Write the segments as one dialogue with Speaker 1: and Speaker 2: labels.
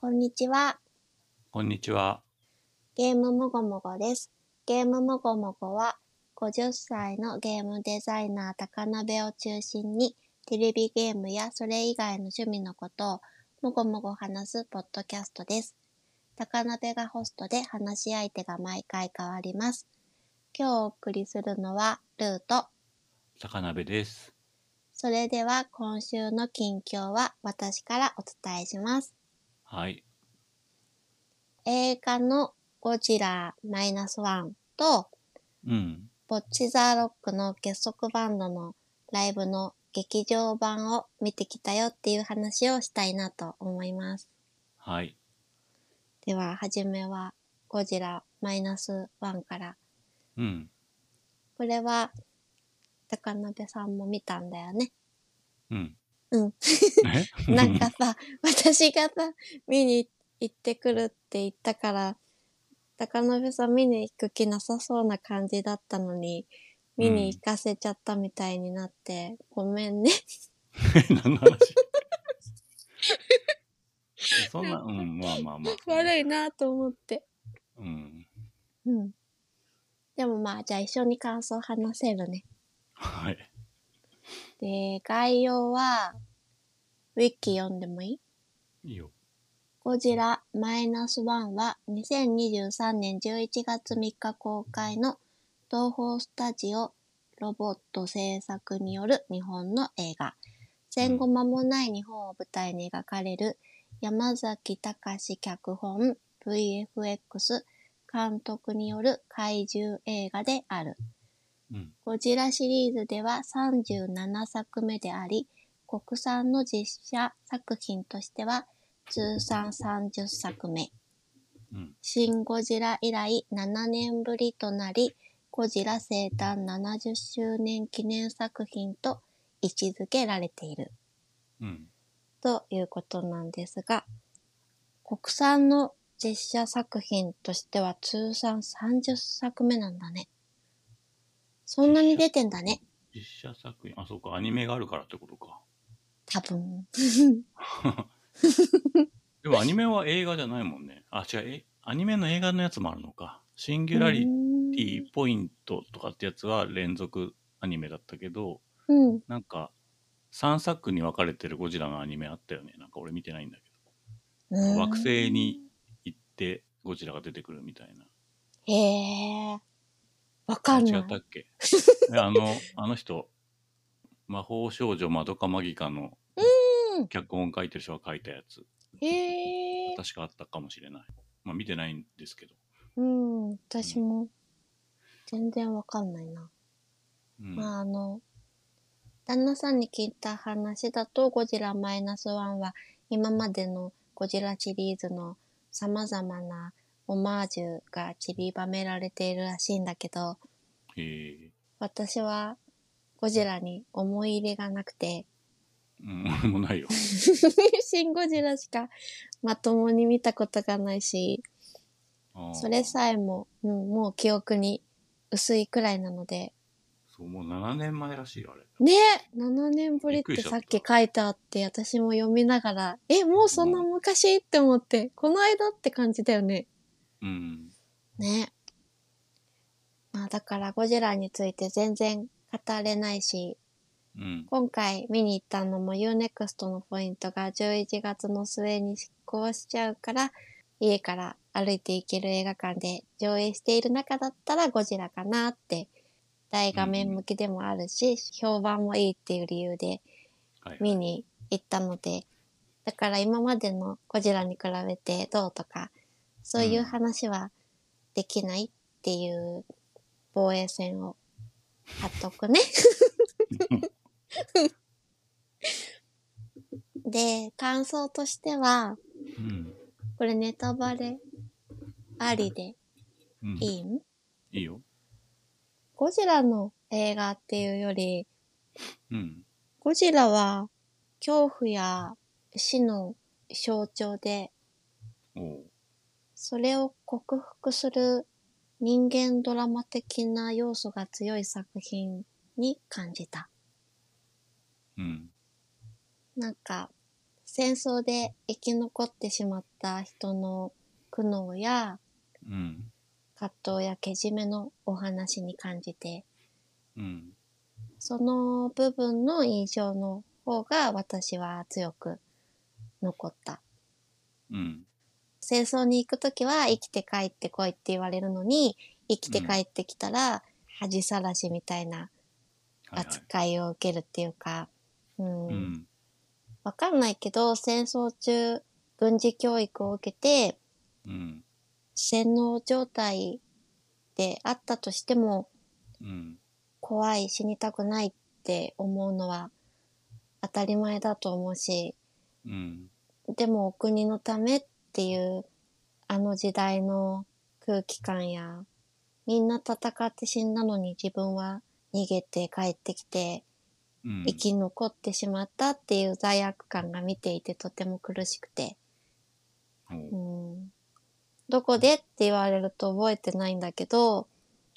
Speaker 1: こんにちは。
Speaker 2: こんにちは。
Speaker 1: ゲームもごもごです。ゲームもごもごは、50歳のゲームデザイナー高鍋を中心に、テレビゲームやそれ以外の趣味のことを、もごもご話すポッドキャストです。高鍋がホストで話し相手が毎回変わります。今日お送りするのは、ルート。
Speaker 2: 坂鍋です。
Speaker 1: それでは今週の近況は私からお伝えします。
Speaker 2: はい。
Speaker 1: 映画のゴジラマイナスワンと、
Speaker 2: うん。
Speaker 1: ボッチザーロックの結束バンドのライブの劇場版を見てきたよっていう話をしたいなと思います。
Speaker 2: はい。
Speaker 1: では、はじめはゴジラマイナスワンから。
Speaker 2: うん。
Speaker 1: これは、高鍋さんも見たんだよね。
Speaker 2: うん。
Speaker 1: うん。
Speaker 2: え
Speaker 1: なんか。さ、私がさ、見に行ってくるって言ったから、高鍋さん見に行く気なさそうな感じだったのに、見に行かせちゃったみたいになって、ごめんね。
Speaker 2: え 何の話そんな、うん、まあまあまあ。
Speaker 1: 悪
Speaker 2: い。
Speaker 1: いなと思って。
Speaker 2: うん。
Speaker 1: うん。でもまあ、じゃあ一緒に感想話せるね。
Speaker 2: はい。
Speaker 1: で、概要は、ウィキ読んでもいい
Speaker 2: いいよ。
Speaker 1: ゴジラマイナスワンは2023年11月3日公開の東宝スタジオロボット制作による日本の映画。戦後間もない日本を舞台に描かれる山崎隆脚本 VFX 監督による怪獣映画である。
Speaker 2: うん。
Speaker 1: ゴジラシリーズでは37作目であり、国産の実写作品としては通算30作目。
Speaker 2: うん。
Speaker 1: シン・ゴジラ以来7年ぶりとなり、ゴジラ生誕70周年記念作品と位置づけられている
Speaker 2: うん。
Speaker 1: ということなんですが、国産の実写作品としては通算30作目なんだね。そんなに出てんだね。
Speaker 2: 実写作品。あ、そうか。アニメがあるからってことか。
Speaker 1: 多分。
Speaker 2: でもアニメは映画じゃないもんね。あ、違う。えアニメの映画のやつもあるのか。シンギュラリティポイントとかってやつは連続アニメだったけど、
Speaker 1: うん。
Speaker 2: なんか、3作に分かれてるゴジラのアニメあったよね。なんか俺見てないんだけ
Speaker 1: う
Speaker 2: ど。
Speaker 1: ん
Speaker 2: 惑星に。行ってゴジラが出てくるみたいな。
Speaker 1: へえ。わかん
Speaker 2: 違
Speaker 1: な
Speaker 2: った
Speaker 1: い。
Speaker 2: っ けえあの、あの人、魔法少女まどかマギカの
Speaker 1: うん
Speaker 2: 脚本書いてる人が書いたやつ。
Speaker 1: へえ。
Speaker 2: 確かあったかもしれない。まあ見てないんですけど。
Speaker 1: うん。私も、全然わかんないな。
Speaker 2: うん。
Speaker 1: まあ、あの、旦那さんに聞いた話だと、ゴジラマイナスワンは、今までのゴジラシリーズの様々なオマージュが散りばめられているらしいんだけど、
Speaker 2: へえ。
Speaker 1: 私はゴジラに思い入れがなくて、
Speaker 2: うん、俺もないよ。
Speaker 1: シン・ゴジラしかまともに見たことがないし、
Speaker 2: あー
Speaker 1: それ。さえも、うん、もう記憶に薄いくらいなので。
Speaker 2: そう、もう7年前らしいよ、あれ。
Speaker 1: ねえ !7 年ぶりって
Speaker 2: びっくりしちゃ
Speaker 1: さ
Speaker 2: っ
Speaker 1: ったき書いてあって、私も読みながら、え、もうそんな昔って思って、この間って感じだよね。
Speaker 2: うん。
Speaker 1: ねまあだからゴジラについて全然語れないし、
Speaker 2: うん。
Speaker 1: 今回見に行ったのも UNEXT のポイントが11月の末に執行しちゃうから、家から歩いて行ける映画館で上映している中だったらゴジラかなって、大画面向きでもあるし、評判もいいっていう理由で
Speaker 2: はい。
Speaker 1: 見に行ったので、だから今までのゴジラに比べてどうとか、そういう話はできないっていう防衛線を張っとくね。で、感想としては、
Speaker 2: うん。
Speaker 1: これネタバレありで
Speaker 2: うん、
Speaker 1: いいん
Speaker 2: いいよ。
Speaker 1: ゴジラの映画っていうより、
Speaker 2: うん。
Speaker 1: ゴジラは恐怖や死の象徴で、
Speaker 2: おう。
Speaker 1: それを克服する人間ドラマ的な要素が強い作品に感じた。
Speaker 2: うん。
Speaker 1: なんか、戦争で生き残ってしまった人の苦悩や
Speaker 2: うん。
Speaker 1: 葛藤やけじめのお話に感じて、
Speaker 2: うん。
Speaker 1: その部分の印象の方が私は強く残った。
Speaker 2: うん。
Speaker 1: 戦争に行くときは生きて帰ってこいって言われるのに、生きて帰ってきたら恥さらしみたいな
Speaker 2: はいはい。
Speaker 1: 扱いを受けるっていうか、うん、
Speaker 2: う
Speaker 1: わ、
Speaker 2: ん。
Speaker 1: かんないけど、戦争中軍事教育を受けて、
Speaker 2: うん。
Speaker 1: 洗脳状態であったとしても、
Speaker 2: うん。
Speaker 1: 怖い、死にたくないって思うのは当たり前だと思うし、
Speaker 2: うん。
Speaker 1: でもお国のためっていうあの時代の空気感やみんな戦って死んだのに自分は逃げて帰ってきて
Speaker 2: うん。
Speaker 1: 生き残ってしまったっていう罪悪感が見ていてとても苦しくて、
Speaker 2: お
Speaker 1: う、
Speaker 2: うん
Speaker 1: どこでって言われると覚えてないんだけど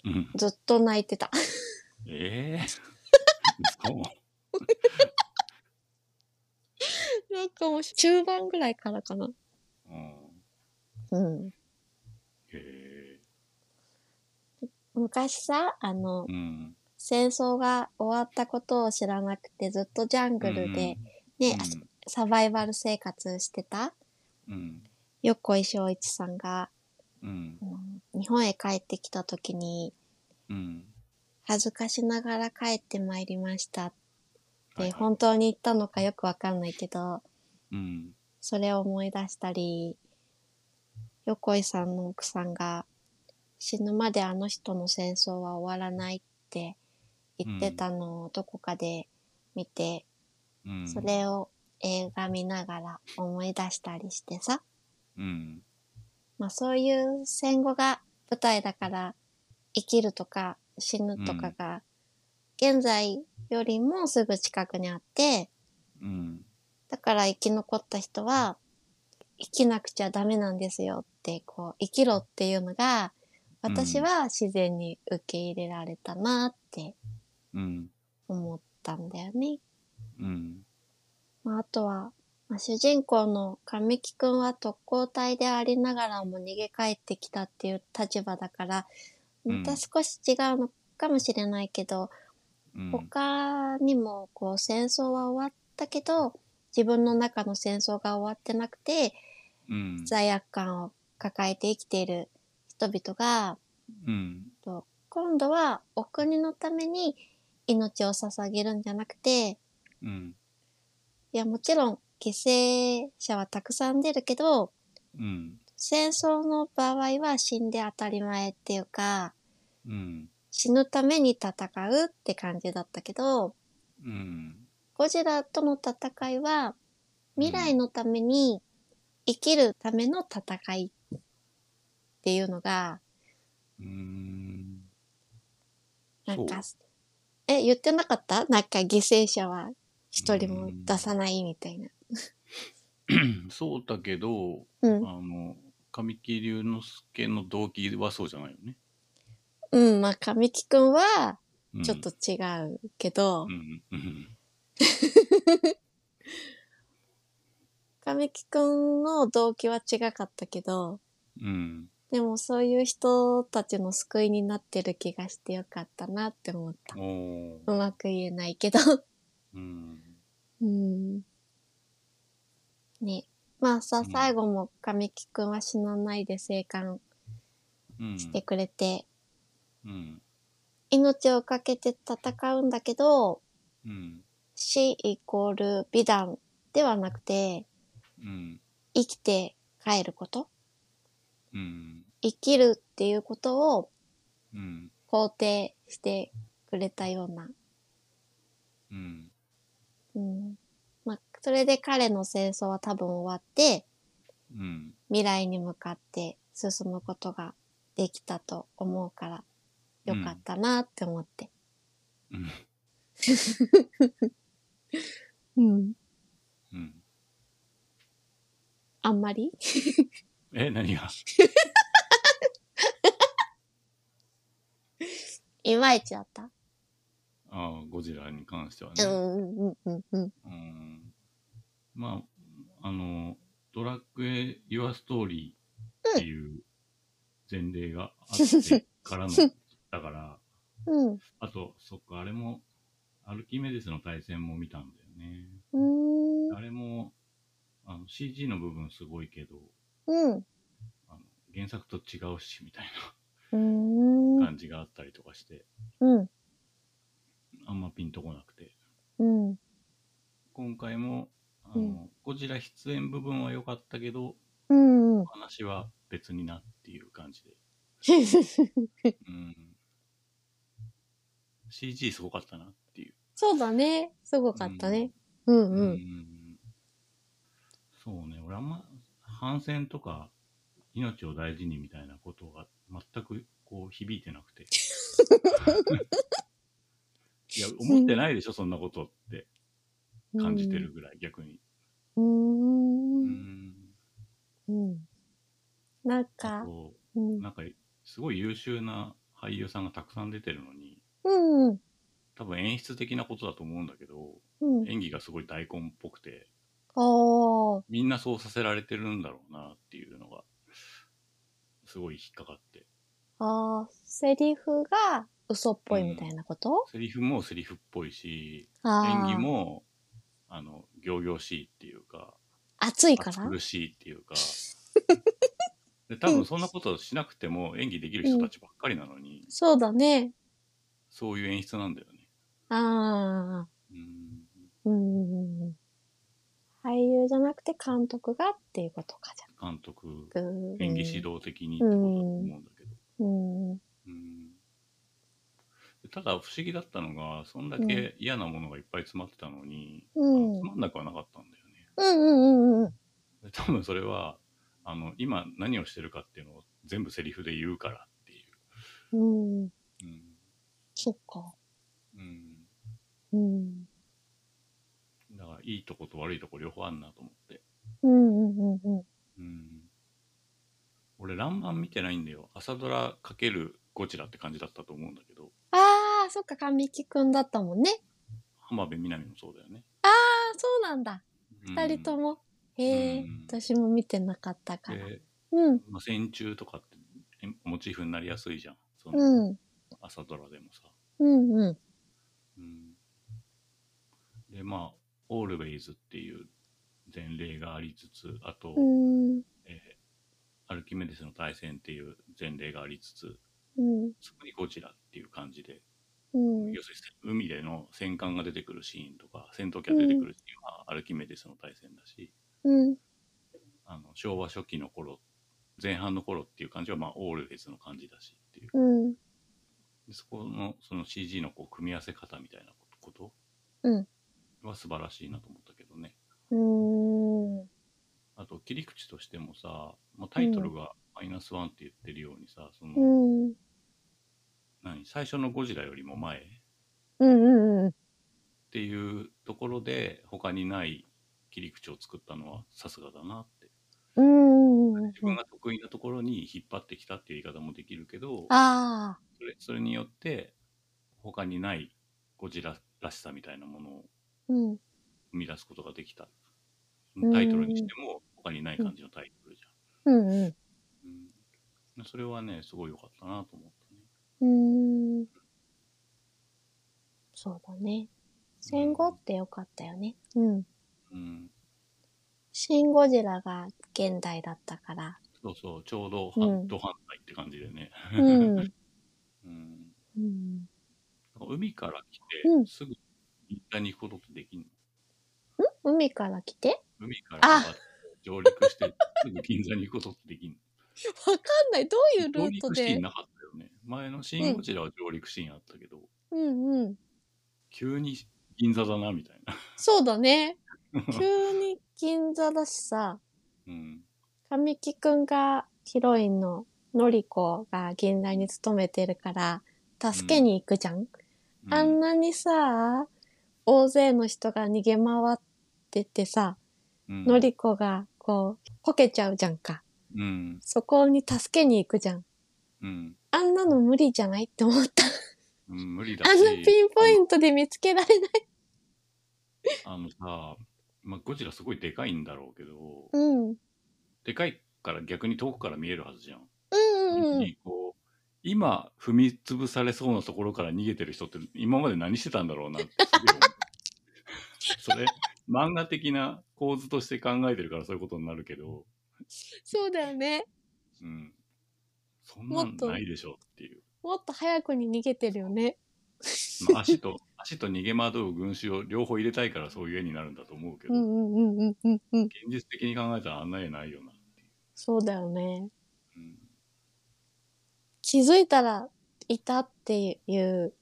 Speaker 2: うん。
Speaker 1: ずっと泣いてた
Speaker 2: ええそう。
Speaker 1: なんかもう中盤ぐらいからかな
Speaker 2: うん
Speaker 1: うん
Speaker 2: へえ。
Speaker 1: 昔さあの
Speaker 2: うん。
Speaker 1: 戦争が終わったことを知らなくてずっとジャングルで、ね、サバイバル生活してた
Speaker 2: うん。
Speaker 1: 横井翔一さんが、
Speaker 2: うん。
Speaker 1: うん日本へ帰ってきた時に、
Speaker 2: うん。
Speaker 1: 恥ずかしながら帰ってまいりましたっ
Speaker 2: はいはい
Speaker 1: て、本当に言ったのかよくわかんないけど、
Speaker 2: うん。
Speaker 1: それを思い出したり、横井さんの奥さんが、死ぬまであの人の戦争は終わらないって言ってたのをどこかで見て、
Speaker 2: うん。
Speaker 1: そ。れを映画見ながら思い出したりしてさ、
Speaker 2: うん。
Speaker 1: まあそういう戦後が舞台だから生きるとか死ぬとかが現在よりもすぐ近くにあって、
Speaker 2: うん。
Speaker 1: だから生き残った人は生きなくちゃダメなんですよってこう生きろっていうのが私は自然に受け入れられたなって
Speaker 2: うん。
Speaker 1: 思ったんだよね。
Speaker 2: うん。
Speaker 1: まあ、あとは、まあ、主人公の神木くんは特攻隊でありながらも逃げ帰ってきたっていう立場だから、
Speaker 2: うん
Speaker 1: また少し違うのかもしれないけど、
Speaker 2: うん。
Speaker 1: 他にもこう戦争は終わったけど、自分の中の戦争が終わってなくて、
Speaker 2: うん。
Speaker 1: 罪悪感を抱えて生きている人々が、
Speaker 2: うん。
Speaker 1: と今度はお国のために命を捧げるんじゃなくて、
Speaker 2: うん。
Speaker 1: いや、もちろん、犠牲者はたくさん出るけど、
Speaker 2: うん。
Speaker 1: 戦争の場合は死んで当たり前っていうか、
Speaker 2: うん。
Speaker 1: 死ぬために戦うって感じだったけど、
Speaker 2: うん。
Speaker 1: ゴジラとの戦いは、未来のために生きるための戦いっていうのが、
Speaker 2: うん。
Speaker 1: なんか
Speaker 2: そ、
Speaker 1: え、言ってなかったなんか犠牲者は一人も出さないみたいな。
Speaker 2: そうだけど、
Speaker 1: うん。
Speaker 2: あの、神木隆之介の動機はそうじゃないよね。
Speaker 1: うん、まあ、神木くんは
Speaker 2: うん
Speaker 1: ちょっと。違うけど、
Speaker 2: うん。うん。
Speaker 1: 神木くんの動機は違かったけど、
Speaker 2: うん。
Speaker 1: でもそういう人たちの救いになってる気がしてよかったなって思った。
Speaker 2: おー
Speaker 1: うまく言えないけど。
Speaker 2: うん。
Speaker 1: うん。ね。まあさ
Speaker 2: う、ん
Speaker 1: 最後も神木くんは死なないで生還
Speaker 2: うん。
Speaker 1: してくれて、
Speaker 2: うん。
Speaker 1: 命をかけて戦うんだけど、
Speaker 2: うん。
Speaker 1: 死イコール美談ではなくて、
Speaker 2: うん。
Speaker 1: 生きて帰ること
Speaker 2: うん。
Speaker 1: 生きるっていうことを
Speaker 2: うん。
Speaker 1: 肯定してくれたような。
Speaker 2: うん。
Speaker 1: うん。まあ、それで彼の戦争は多分終わって、
Speaker 2: うん。
Speaker 1: 未来に向かって進むことができたと思うから、よかったなって思って。
Speaker 2: うん。
Speaker 1: うん。
Speaker 2: うん。
Speaker 1: あんまり
Speaker 2: え、何が
Speaker 1: いまいちだった
Speaker 2: ああ、ゴジラに関してはね。
Speaker 1: うんうんうんうん。
Speaker 2: うんまあ、あの、ドラクエ・ユア・ストーリーっていう前例があってからの、だから、
Speaker 1: うん。う
Speaker 2: あと、そっか、あれも、アルキメデスの対戦も見たんだよね。
Speaker 1: ーん。
Speaker 2: あれも、あの CG の部分すごいけど、
Speaker 1: うん。
Speaker 2: あの原作と違うし、みたいう
Speaker 1: ー。
Speaker 2: なん感じがあったりとかして、
Speaker 1: うん。
Speaker 2: あんまピンとこなくて。
Speaker 1: うん。
Speaker 2: 今回も、あの、
Speaker 1: うん
Speaker 2: ゴジラ出演部分は良かったけど、
Speaker 1: うん。うん。
Speaker 2: 話は別になっていう感じで。うん。CG すごかったなっていう。
Speaker 1: そうだね。すごかったね。うんう。
Speaker 2: うんんそうね、俺あんま反戦とか命を大事にみたいなことが全くこう響いて なくて。いや、思ってないでしょ、そんなことって感じてるぐらい、逆に。
Speaker 1: うー。
Speaker 2: うんん。
Speaker 1: うん。なん
Speaker 2: あ
Speaker 1: か、
Speaker 2: と、
Speaker 1: うん。
Speaker 2: なんか、すごい優秀な俳優さんがたくさん出てるのに、
Speaker 1: うん。
Speaker 2: 多分演出的なことだと思うんだけど、
Speaker 1: うん。
Speaker 2: 演技がすごい大根っぽくて、
Speaker 1: おー。
Speaker 2: みんなそうさせられてるんだろうなっていうのが、すごい引っかかって。
Speaker 1: あー、セリフが嘘っぽいみたいなこと、
Speaker 2: セリフもセリフっぽいし、
Speaker 1: あー
Speaker 2: 演技も、あの、行々しいっていうか、
Speaker 1: 熱いか
Speaker 2: 暑
Speaker 1: ら
Speaker 2: 苦しいっ ていうか、で多分そんなことしなくても演技できる人たちばっかりなのに、
Speaker 1: そうだね。
Speaker 2: そういう演出なんだよね。
Speaker 1: あ
Speaker 2: うん。
Speaker 1: ー。うん。うん俳優じゃなくて監督がっていうことかじ
Speaker 2: 監督、
Speaker 1: ゃん。
Speaker 2: 演技指導的にってことだと思うんだけど。
Speaker 1: うん。
Speaker 2: うんただ不思議だったのが、そんだけ嫌なものがいっぱい詰まってたのに、
Speaker 1: うん
Speaker 2: あのつまんなくはなかったんだよね。
Speaker 1: うんうんうんうん。
Speaker 2: で多分それはあの今何をしてるかっていうのを全部セリフで言うからってい
Speaker 1: うん。
Speaker 2: う、
Speaker 1: そっか。
Speaker 2: うん
Speaker 1: うん。
Speaker 2: うん、だからいいとこと悪いとこ両方あんなと思って、
Speaker 1: うんうんうんうん。
Speaker 2: うん、俺「らんまん」見てないんだよ朝ドラ×ゴジラって感じだったと思うんだけど
Speaker 1: あー、そっか、神木くんだったもんね。
Speaker 2: 浜辺美波もそうだよね
Speaker 1: あー、そうなんだ。二人と
Speaker 2: も、
Speaker 1: も。へえ、
Speaker 2: うん
Speaker 1: 私も見てなかったから。
Speaker 2: で
Speaker 1: うん、
Speaker 2: まあ、戦中とかってえモチーフになりやすいじゃんその
Speaker 1: うん、
Speaker 2: 朝ドラでもさ、
Speaker 1: うん、うん。
Speaker 2: うんでまあ「オールウェイズ」っていう前例がありつつあと、
Speaker 1: うん、
Speaker 2: えーアルキメデスの対戦っていう前例がありつつ
Speaker 1: うん、
Speaker 2: そこにゴジラっていう感じで、
Speaker 1: うん。
Speaker 2: 要するに海での戦艦が出てくるシーンとか戦闘機が出てくるシーンはアルキメデスの対戦だし、
Speaker 1: うん、
Speaker 2: あの昭和初期の頃前半の頃っていう感じは、まあ、オールウェイズの感じだしっていう
Speaker 1: うん、
Speaker 2: でそこのその CG のこう組み合わせ方みたいなこと
Speaker 1: うん
Speaker 2: は素晴らしいなと思ったけどね。
Speaker 1: うん。
Speaker 2: あと切り口としてもさ、まあ、タイトルがマイナスワンって言ってるようにさ、その、
Speaker 1: うん、
Speaker 2: 何最初のゴジラよりも前っ
Speaker 1: うん、うん。
Speaker 2: ていうところで他にない切り口を作ったのはさすがだなって。
Speaker 1: うん、うん。
Speaker 2: 自分が得意なところに引っ張ってきたっていう言い方もできるけど、
Speaker 1: ああ、
Speaker 2: それそれによって他にないゴジラらしさみたいなものを
Speaker 1: うん、
Speaker 2: 生み出すことができた。そのタイトルにしても他にない感じのタイトルじ
Speaker 1: うん、うん。
Speaker 2: ゃん。うん、それはね、すごい良かったなと思ったね。
Speaker 1: うーんそうだね。戦後ってよかったよね。うん。
Speaker 2: うん
Speaker 1: シン・ゴジラが現代だったから。
Speaker 2: そうそう、ちょうど
Speaker 1: うん
Speaker 2: 半ド反対って感じでね。
Speaker 1: うん。
Speaker 2: うん、
Speaker 1: うん、
Speaker 2: 海から来て、
Speaker 1: うん
Speaker 2: すぐ一旦に行くことってできんの
Speaker 1: 海から来て
Speaker 2: 海から上がって上陸して、すぐ銀座に行くことってできんの
Speaker 1: わかんない。どういうル
Speaker 2: 上
Speaker 1: ート
Speaker 2: 陸シーン
Speaker 1: で
Speaker 2: なかったよね。前のシン・ゴジラは上陸シーンあったけど、
Speaker 1: うんうん。
Speaker 2: 急に銀座だな、みたいな。
Speaker 1: そうだね。急に銀座だしさ、
Speaker 2: うん。
Speaker 1: 神木くんがヒロインののりこが銀座に勤めてるから、助けに行くじゃん
Speaker 2: うん
Speaker 1: あんなにさ、大勢の人が逃げ回っててさ、
Speaker 2: うん
Speaker 1: のりこがこう、こけちゃうじゃんか。
Speaker 2: うん。
Speaker 1: そこに助けに行くじゃん。
Speaker 2: うん。
Speaker 1: あんなの無理じゃないって思った。
Speaker 2: うん無理だし。
Speaker 1: あのピンポイントで見つけられない。
Speaker 2: あのさ、まあ、ゴジラすごいでかいんだろうけど、
Speaker 1: うん。
Speaker 2: でかいから逆に遠くから見えるはずじゃん。
Speaker 1: うんうんうん。
Speaker 2: にこう今踏み潰されそうなところから逃げてる人って今まで何してたんだろうなってすげえ思うそれ漫画的な構図として考えてるからそういうことになるけど、
Speaker 1: そうだよね。
Speaker 2: うん、そんなんないでしょっていう、
Speaker 1: もっと早くに逃げてるよね。
Speaker 2: まあ、足 と足と逃げ惑う群衆を両方入れたいからそういう絵になるんだと思うけど、
Speaker 1: うんうんうんうんうんうん。
Speaker 2: 現実的に考えたらあんな絵ないよなってい
Speaker 1: そうだよね。
Speaker 2: う、
Speaker 1: 気づいたらいたっていう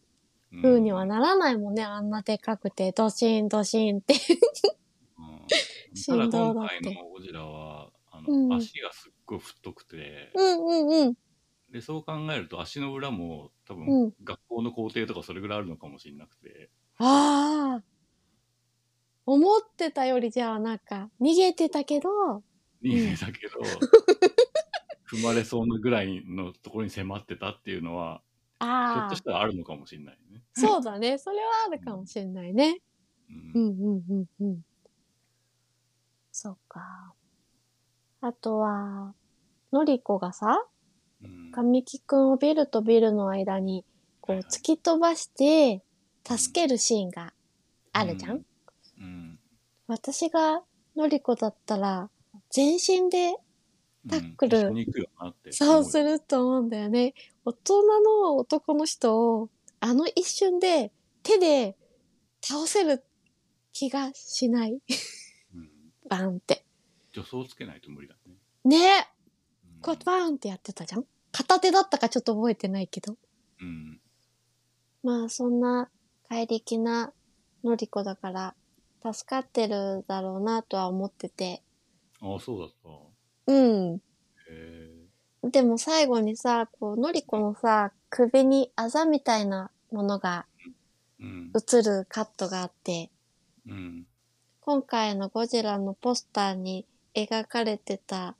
Speaker 2: うん
Speaker 1: 風にはならないもんね。あんなでかくて、ドシンドシンって。
Speaker 2: うん
Speaker 1: 振動だったて
Speaker 2: だ今回のゴジラはあの、
Speaker 1: うん
Speaker 2: 足がすっごい太くて、
Speaker 1: うんうんうん。
Speaker 2: でそう考えると足の裏も多分、
Speaker 1: うん。
Speaker 2: 学校の校庭とかそれぐらいあるのかもしれなくて
Speaker 1: ああ。思ってたよりじゃあなんか、逃げてたけど、
Speaker 2: 人間だけ ど、踏まれそうなぐらいのところに迫ってたっていうのはひょっ
Speaker 1: ああ
Speaker 2: とし。たらあるのかもしれないね。
Speaker 1: そうだね。それはあるかもしれないね。
Speaker 2: う
Speaker 1: うんんうんうんうん。そうか。あとは、のりこがさ、
Speaker 2: うん
Speaker 1: 神木くんをビルとビルの間に、こう
Speaker 2: はいはい
Speaker 1: 突き飛ばして、助けるシーンがあるじゃん、
Speaker 2: うん
Speaker 1: 私がのりこだったら、全身で
Speaker 2: うん
Speaker 1: タックル
Speaker 2: 一緒に行くよなって
Speaker 1: そうす
Speaker 2: る
Speaker 1: ると思うんだよね。大人の男の人を、あの一瞬で手で倒せる気がしない。バンって。
Speaker 2: 助走つけないと無理だね。
Speaker 1: ねえ
Speaker 2: うん
Speaker 1: こうやってバーンってやってたじゃん片手だったかちょっと覚えてないけど。
Speaker 2: うん
Speaker 1: まあそんな怪力なのりこだから、助かってるだろうなとは思ってて。
Speaker 2: ああそうだっ
Speaker 1: う
Speaker 2: た。
Speaker 1: ん。
Speaker 2: へえ
Speaker 1: でも最後にさ、こう、のりこのさ、首にあざみたいなものが
Speaker 2: うん
Speaker 1: 映るカットがあって、
Speaker 2: うん
Speaker 1: 今回のゴジラのポスターに描かれてた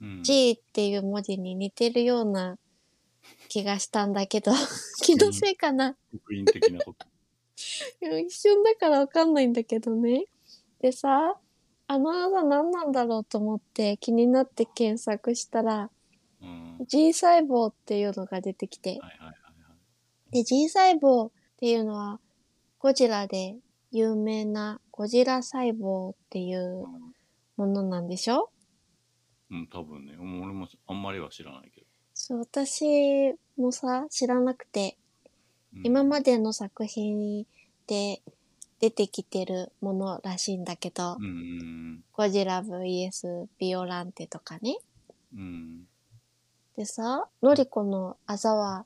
Speaker 2: うん、
Speaker 1: G っていう文字に似てるような気がしたんだ けど、気のせいかな。
Speaker 2: 国民的なこと。
Speaker 1: 一瞬だからわかんないんだけどね。でさ、あのあざ何なんだろうと思って気になって検索したら、
Speaker 2: うん、
Speaker 1: G 細胞っていうのが出てきて、
Speaker 2: はいはいはいはい。
Speaker 1: で、G 細胞っていうのは、ゴジラで有名なゴジラ細胞っていう
Speaker 2: うん
Speaker 1: ものなんでしょ
Speaker 2: うん、多分ね、俺もあんまりは知らないけど。
Speaker 1: そう、私もさ、知らなくて、今ま
Speaker 2: で、
Speaker 1: での作品で出てきてるものらしいんだけど、
Speaker 2: うんうん
Speaker 1: ゴジラ VS ビオランテとかね。
Speaker 2: うん、うん、
Speaker 1: でさ、のりこのあざは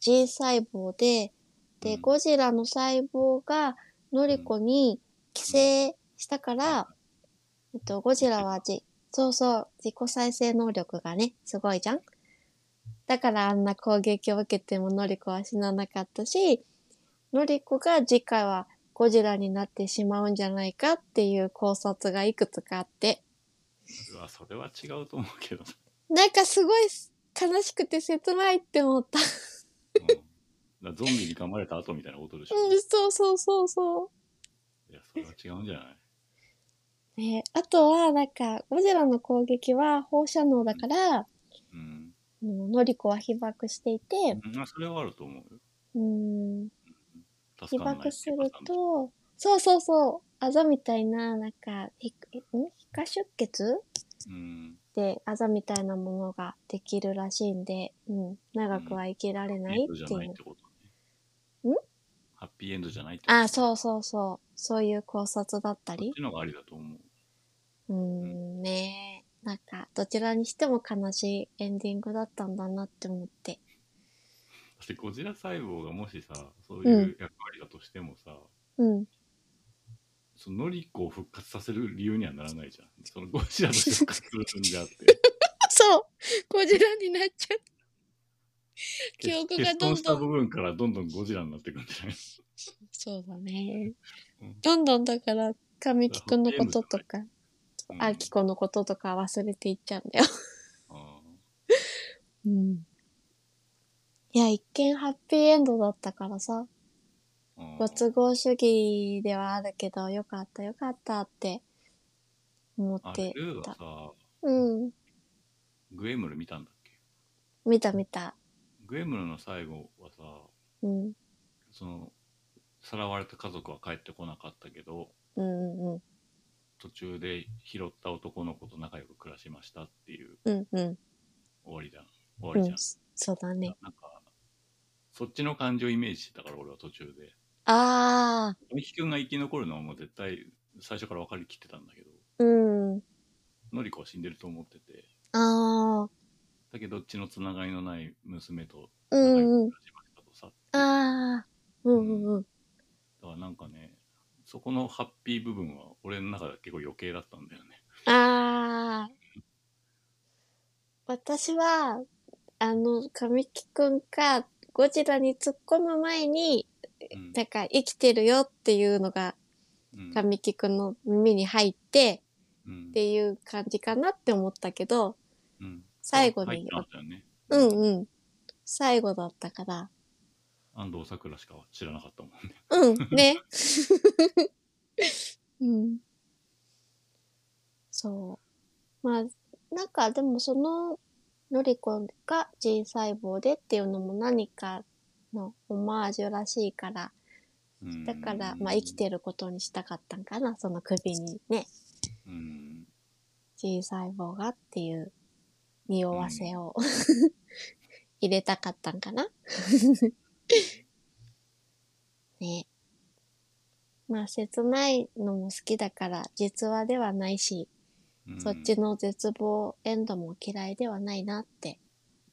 Speaker 1: G 細胞で、で、
Speaker 2: うん
Speaker 1: ゴジラの細胞がのりこに寄生したから、えっと、ゴジラはじ、そうそう、自己再生能力がね、すごいじゃんだからあんな攻撃を受けてものりこは死ななかったし、のりこが次回はゴジラになってしまうんじゃないかっていう考察がいくつかあって、
Speaker 2: うわそれは違うと思う けど、
Speaker 1: なんかすごい悲しくて切ないって思った。
Speaker 2: うん、だからゾンビに噛まれた後みたいなことでしょ、
Speaker 1: うん、そうそうそうそ。
Speaker 2: いやそれは違うんじゃないう
Speaker 1: ね、あとは、なんか、ゴジラの攻撃は放射能だから、
Speaker 2: うん、
Speaker 1: もうのりこは被爆していて、
Speaker 2: うん、それはあると思うよ
Speaker 1: うん、被
Speaker 2: 助からない
Speaker 1: 爆すると、そうそうそう、あざみたいな、なんか、ひえん皮下出血
Speaker 2: うん
Speaker 1: で、あざみたいなものができるらしいんで、うん、長くは生きられ
Speaker 2: ハッ
Speaker 1: な
Speaker 2: ピー
Speaker 1: い
Speaker 2: エンドじ
Speaker 1: っ
Speaker 2: ゃ
Speaker 1: て
Speaker 2: ないいうっ。てこと
Speaker 1: ん
Speaker 2: ねハッピーエンドじゃないってこと
Speaker 1: あ、そうそうそう、そういう考察だった
Speaker 2: こ
Speaker 1: り
Speaker 2: っ。ちの方がありだと思う
Speaker 1: うーんねえ。なんか、どちらにしても悲しいエンディングだったんだなって思って。
Speaker 2: だってゴジラ細胞がもしさそういう役割だとしてもさ、
Speaker 1: うん。
Speaker 2: そのノリコを復活させる理由にはならないじゃんそのゴジラとして復活するんであって
Speaker 1: そうゴジラになっちゃう。 記憶が
Speaker 2: 欠
Speaker 1: どんどん
Speaker 2: 損した部分からどんどんゴジラになってくるんじゃない
Speaker 1: そうだね
Speaker 2: うん。
Speaker 1: どんどんだから、神木くんのこととか、
Speaker 2: うん
Speaker 1: あきこのこととか忘れていっちゃうんだよ。
Speaker 2: あ
Speaker 1: うん。いや、一見ハッピーエンドだったからさ、
Speaker 2: ーあー
Speaker 1: ご都合主義ではあるけど、よかったよかったって思っ
Speaker 2: あれ
Speaker 1: て
Speaker 2: ルー
Speaker 1: た
Speaker 2: が。さ
Speaker 1: うん。
Speaker 2: グエムル見たんだっけ
Speaker 1: 見た見た。
Speaker 2: グエムルの最後はさ
Speaker 1: うん。
Speaker 2: そのさらわれた家族は帰ってこなかったけど
Speaker 1: うんうん
Speaker 2: 途中で拾った男の子と仲良く暮らしましたっていう
Speaker 1: うん。うんうん。
Speaker 2: 終わりだ終わ
Speaker 1: う
Speaker 2: りじゃ
Speaker 1: ん
Speaker 2: ん、、
Speaker 1: そうだね。
Speaker 2: なんかそっちの感情をイメージしてたから俺は途中で
Speaker 1: ああ、
Speaker 2: みきくんが生き残るのはもう絶対最初から分かりきってたんだけど
Speaker 1: うん。
Speaker 2: のりこは死んでると思ってて
Speaker 1: ああ、
Speaker 2: だけど血のつながりのない娘と
Speaker 1: う
Speaker 2: 仲良
Speaker 1: んうん
Speaker 2: く。暮らしましたとさ、
Speaker 1: ああ、うんうんうん。
Speaker 2: だからなんかねそこのハッピー部分は俺の中では結構余計だったんだよね
Speaker 1: ああ。私は、あの、神木くんがゴジラに突っ込む前に、
Speaker 2: うん
Speaker 1: なんか生きてるよっていうのが
Speaker 2: うん
Speaker 1: 神木くんの耳に入って
Speaker 2: うん
Speaker 1: っていう感じかなって思ったけど、
Speaker 2: うん
Speaker 1: 最後
Speaker 2: 入っ
Speaker 1: に
Speaker 2: て、ましたよね
Speaker 1: うんうん。最後だったから。
Speaker 2: 安藤サクラしか知らなかったもん
Speaker 1: う
Speaker 2: ね
Speaker 1: ん、 ね。 うん。そう。まあ、なんかでもその、のりこが G 細胞でっていうのも何かのオマージュらしいから、
Speaker 2: うん
Speaker 1: だから、まあ生きてることにしたかったんかな、その首にね、
Speaker 2: うん、
Speaker 1: G 細胞がっていう匂わせを 入れたかったんかな。 ねまあ切ないのも好きだから実話ではないし、
Speaker 2: うん
Speaker 1: そっちの絶望エンドも嫌いではないなって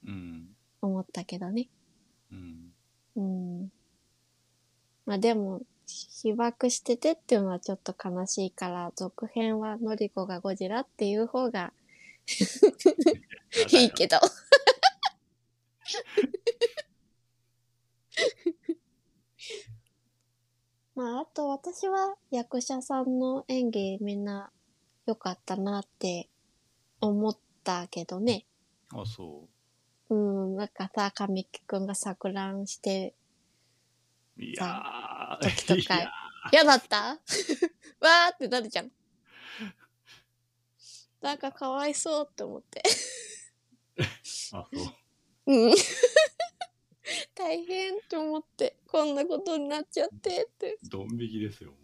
Speaker 2: うん
Speaker 1: 思ったけどね。
Speaker 2: うん
Speaker 1: うん。まあでも、被爆しててっていうのはちょっと悲しいから、続編はのりこがゴジラっていう方がいいけど。 まあ、あと私は役者さんの演技みんな良かったなって思ったけどね。
Speaker 2: あそ
Speaker 1: うん、なんかさ、神木くんが錯乱して、
Speaker 2: ういやー
Speaker 1: 時とか
Speaker 2: いや
Speaker 1: 嫌だった わーってなるじゃん。なんかかわいそうって思って。
Speaker 2: あそう
Speaker 1: うん 大変と思ってこんなことになっちゃってって
Speaker 2: ドン引きですよも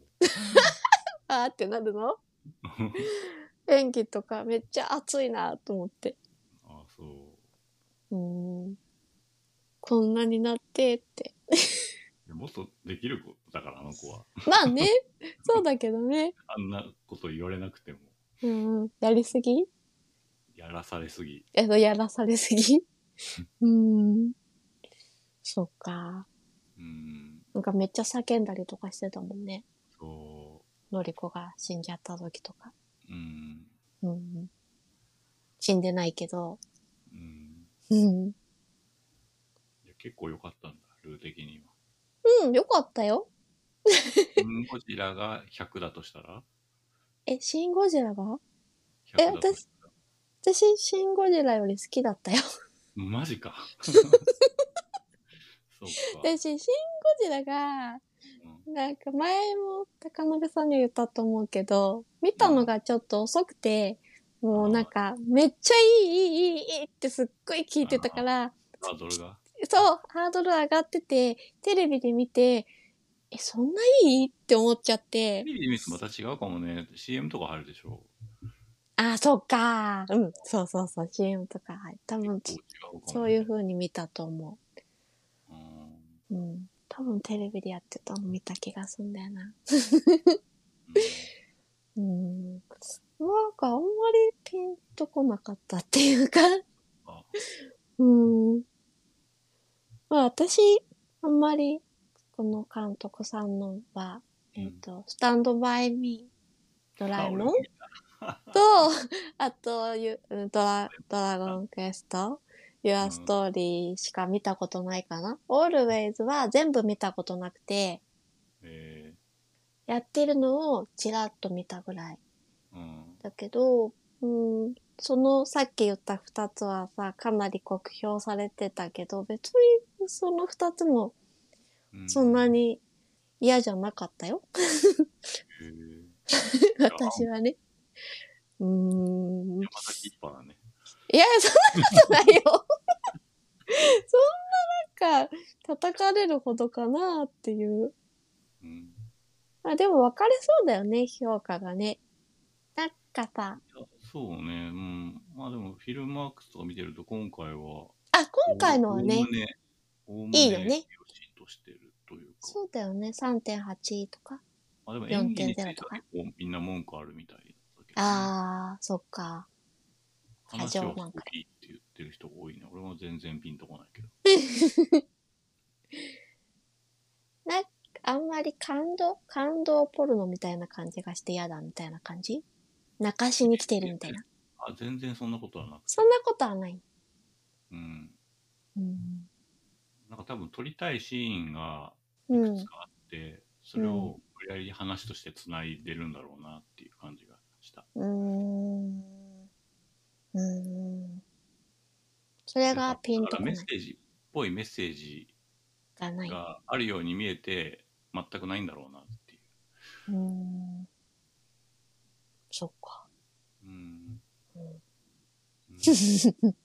Speaker 1: あーってなるの
Speaker 2: う
Speaker 1: 演技とかめっちゃ熱いなと思って
Speaker 2: あそう
Speaker 1: うーんこんなになってって
Speaker 2: いやもっとできる子だからあの子は
Speaker 1: まあねそうだけどね
Speaker 2: あんなこと言われなくても
Speaker 1: うんやりすぎ
Speaker 2: やらされすぎ
Speaker 1: えそうやらされすぎうーんそっか
Speaker 2: うん
Speaker 1: なんかめっちゃ叫んだりとかしてたもんね
Speaker 2: そ
Speaker 1: のりこが死んじゃった時とか
Speaker 2: ううん
Speaker 1: うん死んでないけど
Speaker 2: うん
Speaker 1: うん
Speaker 2: いや結構良かったんだルー的には
Speaker 1: うん、よかったよ。
Speaker 2: うんゴジラが100だとしたら
Speaker 1: え、シン・ゴジラがえ
Speaker 2: 100だとしたら
Speaker 1: 私、シン・ゴジラより好きだったよ。
Speaker 2: マジ かそうか、
Speaker 1: 私、シン・ゴジラが、
Speaker 2: うん
Speaker 1: なんか前も高鍋さんに言ったと思うけど、見たのがちょっと遅くて、もうなんか、めっちゃいい、いい、いい、いいってすっごい聞いてたから、
Speaker 2: ハードルが
Speaker 1: そう、ハードル上がってて、テレビで見て、え、そんないいって思っちゃって、
Speaker 2: テレビで見るとまた違うかもね CM とか入るでしょ
Speaker 1: あ、そっかー。うん、そうそうそう、CM とか、はい。多分、
Speaker 2: 結構違うかもね
Speaker 1: そういう風に見たと思う。
Speaker 2: うん
Speaker 1: うん。多分テレビでやってたの見た気がすんだよな。うん。なんかあんまりピンとこなかったっていうか。
Speaker 2: あ
Speaker 1: うん。まあ私、あんまり、この監督さんのは、
Speaker 2: うん
Speaker 1: えっ、と、スタンドバイミー、ドラえもんと、あとゆうんドラ、ドラゴンクエスト、ユアストーリーしか見たことないかな。オールウェイズは全部見たことなくて、
Speaker 2: え
Speaker 1: やってるのをちらっと見たぐらい。
Speaker 2: ーうん
Speaker 1: だけど、うん、そのさっき言った二つはさ、かなり酷評されてたけど、別にその二つも
Speaker 2: うん
Speaker 1: そんなに嫌じゃなかったよ。
Speaker 2: へー
Speaker 1: 私はね。うーん。
Speaker 2: 山崎一派だね。
Speaker 1: いや、そんなことないよ。 そんななんか、叩かれるほどかなっていう。
Speaker 2: うん。
Speaker 1: あ、でも分かれそうだよね、評価がね。なんかさ、
Speaker 2: いやそうね、うん。まあでも、フィルマークスとか見てると、今回は、
Speaker 1: あ、今回のはね、
Speaker 2: おおむね、
Speaker 1: いいよね
Speaker 2: 良しとしてるというか。
Speaker 1: そうだよね、3.8とか。
Speaker 2: まあでも演技については
Speaker 1: 4.0とか
Speaker 2: 結構みんな文句あるみたいだけど、
Speaker 1: あー、そっか。
Speaker 2: 話
Speaker 1: 過
Speaker 2: は
Speaker 1: 剰なんか
Speaker 2: いいって言ってる人が多いね。俺は全然ピンとこないけど。
Speaker 1: あんまり感動、感動ポルノみたいな感じがして嫌だみたいな感じ泣かしに来てるみたいな。
Speaker 2: あ、全然そんなことはなく
Speaker 1: そんなことはない。
Speaker 2: うん。
Speaker 1: うん。
Speaker 2: なんか多分撮りたいシーンが
Speaker 1: う
Speaker 2: いく
Speaker 1: ん
Speaker 2: つ。かあって、それを無理やり話として繋いでるんだろうなっていう感じがした。
Speaker 1: うーん。うーん。それがピン
Speaker 2: だ
Speaker 1: と
Speaker 2: か
Speaker 1: こ
Speaker 2: ら
Speaker 1: な
Speaker 2: メッ
Speaker 1: い
Speaker 2: セ。ージっぽいメッセージ
Speaker 1: がない。う
Speaker 2: があるように見えて、全くないんだろうなっていう。
Speaker 1: ーん。そっか。
Speaker 2: うん。
Speaker 1: うん
Speaker 2: うん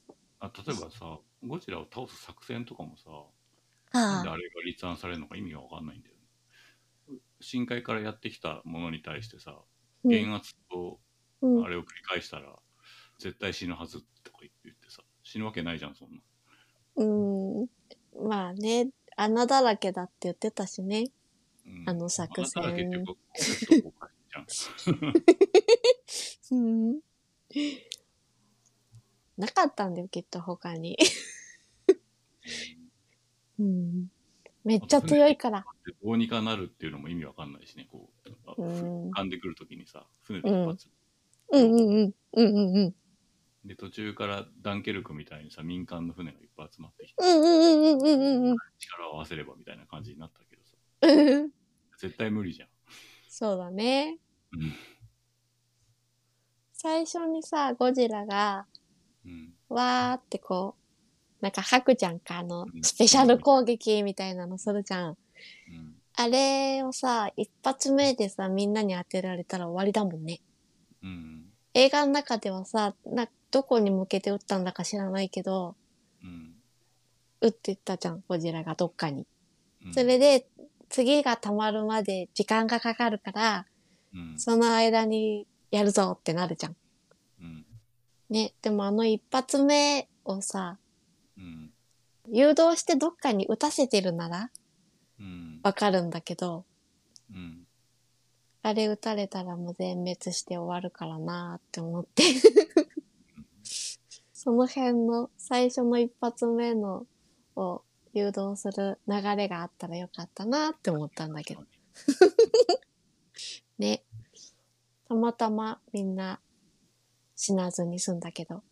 Speaker 2: あ例えばさ、ゴジラを倒す作戦とかもさ、な ん
Speaker 1: あ
Speaker 2: であ
Speaker 1: あ。
Speaker 2: れが立案されるのか意味がわかんないんだよね。深海からやってきたものに対してさ、
Speaker 1: うん
Speaker 2: 減圧と
Speaker 1: うん
Speaker 2: あれを繰り返したら、絶対死ぬはずとか言ってさ、死ぬわけないじゃん、そんな。
Speaker 1: うん。まあね、穴だらけだって言ってたしね。
Speaker 2: うん
Speaker 1: あの作戦
Speaker 2: あなただけっ ていうかコンセプトがおかしいじゃん
Speaker 1: うん。なかったんだよ、きっと他に。うん。めっちゃ強いから。
Speaker 2: でどうにかなるっていうのも意味わかんないしね、こう、
Speaker 1: うん
Speaker 2: 浮かんでくるときにさ、船で一発、
Speaker 1: うんうんうん。うんうんうん。
Speaker 2: で、途中からダンケルクみたいにさ、民間の船がいっぱい集まってきて、
Speaker 1: うんうんうんうんうんうん
Speaker 2: 力を合わせればみたいな感じになったけどさ、
Speaker 1: うん。
Speaker 2: 絶対無理じゃん。
Speaker 1: そうだね。
Speaker 2: うん
Speaker 1: 最初にさ、ゴジラが、
Speaker 2: うん。
Speaker 1: わーってこう、なんか白ちゃんかあの
Speaker 2: う、ん
Speaker 1: スペシャル攻撃みたいなのするじゃん。
Speaker 2: うん
Speaker 1: あれをさ、一発目でさ、みんなに当てられたら終わりだもんね。
Speaker 2: うん。
Speaker 1: 映画の中ではさ、な、どこに向けて撃ったんだか知らないけど、
Speaker 2: うん。
Speaker 1: 撃ってったじゃん、ゴジラがどっかに。
Speaker 2: うん
Speaker 1: それ、で、次が溜まるまで時間がかかるから、
Speaker 2: うん。
Speaker 1: その間にやるぞってなるじゃん。
Speaker 2: うん。
Speaker 1: ね、でもあの一発目をさ、
Speaker 2: うん。
Speaker 1: 誘導してどっかに撃たせてるなら
Speaker 2: うん。
Speaker 1: わかるんだけど、
Speaker 2: うん。
Speaker 1: あれ撃たれたらもう全滅して終わるからなーって思って。 その辺の最初の一発目のを誘導する流れがあったらよかったなーって思ったんだけど。ね。たまたまみんな死なずに済んだけど、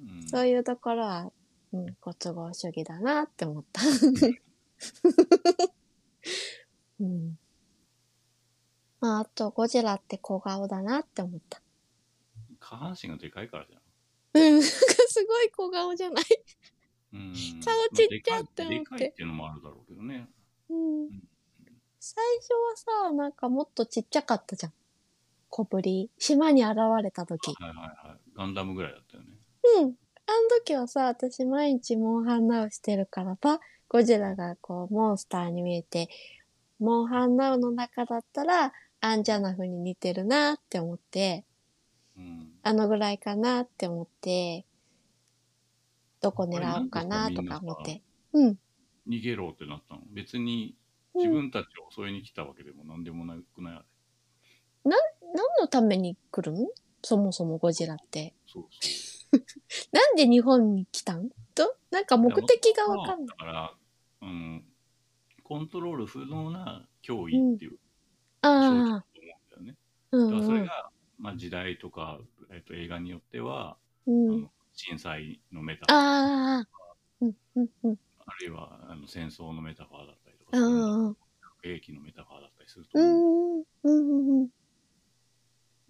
Speaker 2: うん。
Speaker 1: そういうところは、うん、ご都合主義だなって思った。 うん。まあ、あと、ゴジラって小顔だなって思った。
Speaker 2: 下半身がでかいからじゃん。
Speaker 1: うん、なんかすごい小顔じゃない。
Speaker 2: うん
Speaker 1: 顔ちっちゃって思って
Speaker 2: でかいでかいっていうのもあるだろうけどね。
Speaker 1: うん。最初はさ、なんかもっとちっちゃかったじゃん。小ぶり。島に現れた時。
Speaker 2: はいはいはい。ガンダムぐらいだったよね。
Speaker 1: うん。あの時はさ、私毎日モンハンナウしてるからさ、ゴジラがこう、モンスターに見えて、モンハンナウの中だったら、アンジャナフに似てるなって思って、
Speaker 2: うん。
Speaker 1: あのぐらいかなって思って、どこ狙おうかなとか
Speaker 2: あれなんかさ
Speaker 1: 思って。うん。
Speaker 2: 逃げろってなったの。別に
Speaker 1: うん
Speaker 2: 自分たちを襲いに来たわけでも何でもなくないあれ。
Speaker 1: 何のために来るんそもそもゴジラって。
Speaker 2: そうそう。
Speaker 1: なんで日本に来たんとなんか目的がわかんない。
Speaker 2: だから、うん、コントロール不能な脅威っていう象徴だと思うん
Speaker 1: ああ、
Speaker 2: だよね。
Speaker 1: う
Speaker 2: だから
Speaker 1: ん
Speaker 2: そうれ
Speaker 1: ん。
Speaker 2: が、まあ、時代とか、えっと映画によっては、
Speaker 1: う
Speaker 2: あ
Speaker 1: ん
Speaker 2: の、震災のメタファー
Speaker 1: ああ、うん、うん、うん。
Speaker 2: あるいはあの戦争のメタファーだったりとか、
Speaker 1: う
Speaker 2: そうんいう
Speaker 1: うん。
Speaker 2: 核兵器のメタファーだったりすると
Speaker 1: う
Speaker 2: 思
Speaker 1: ん、う
Speaker 2: う。
Speaker 1: ん、うん、うん。
Speaker 2: うん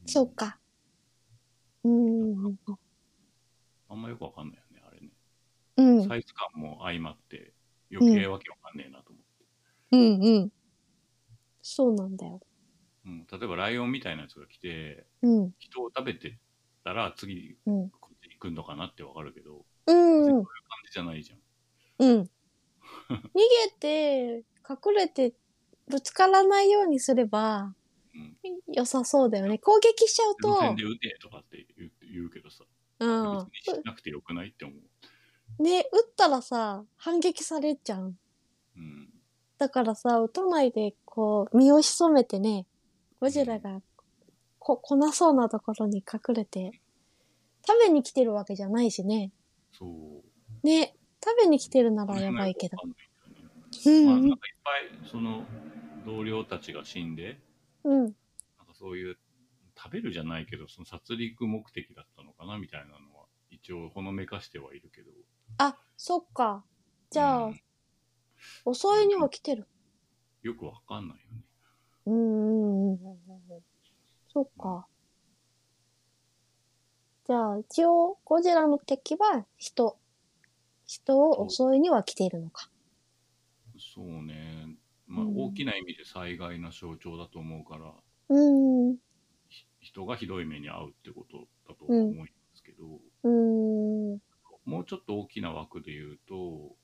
Speaker 1: そう。か。うん、
Speaker 2: あんまよくわかんないよね、あれね。
Speaker 1: うん、うん、
Speaker 2: サイズ感も相まって、余計わけわかんねえなと思って。
Speaker 1: うん。そうなんだよ。
Speaker 2: うん、例えばライオンみたいなやつが来て、
Speaker 1: うん、
Speaker 2: 人を食べてったら次
Speaker 1: うん。
Speaker 2: こっちに来んのかなってわかるけど、
Speaker 1: うん。
Speaker 2: 感じじゃないじゃん。
Speaker 1: うん。逃げて、隠れて、ぶつからないようにすれば
Speaker 2: うん、
Speaker 1: 良さそうだよね。攻撃しちゃう
Speaker 2: 路線
Speaker 1: と
Speaker 2: で、撃てとかって言う言うけどさ、
Speaker 1: うん。
Speaker 2: 別にしなくてよくないって思う。
Speaker 1: ね、撃ったらさ、反撃されちゃう。
Speaker 2: うん。
Speaker 1: だからさ、撃たないで、こう、身を潜めてね、ゴジラが、こ、来なそうなところに隠れて、食べに来てるわけじゃないしね。
Speaker 2: そう。
Speaker 1: ね、食べに来てるならやばいけど。う
Speaker 2: まあ、なん
Speaker 1: ん
Speaker 2: かいっぱい、その、同僚たちが死んで、
Speaker 1: うん、うん。
Speaker 2: なんかそういう、食べるじゃないけど、その殺戮目的だったのかなみたいなのは、一応ほのめかしてはいるけど。
Speaker 1: あ、そっか。じゃあ、
Speaker 2: うん
Speaker 1: 襲いには来てる。
Speaker 2: よくわかんないよね。
Speaker 1: うん、うん、うん、うん。そっか。じゃあ、一応、ゴジラの敵は人。人を襲いには来ているのか。
Speaker 2: そうね。まあ、
Speaker 1: うん
Speaker 2: 大きな意味で災害の象徴だと思うから、
Speaker 1: うん、う
Speaker 2: ひ人がひどい目に遭うってことだと思いますけど、
Speaker 1: ん、うん、
Speaker 2: もうちょっと大きな枠で言うと、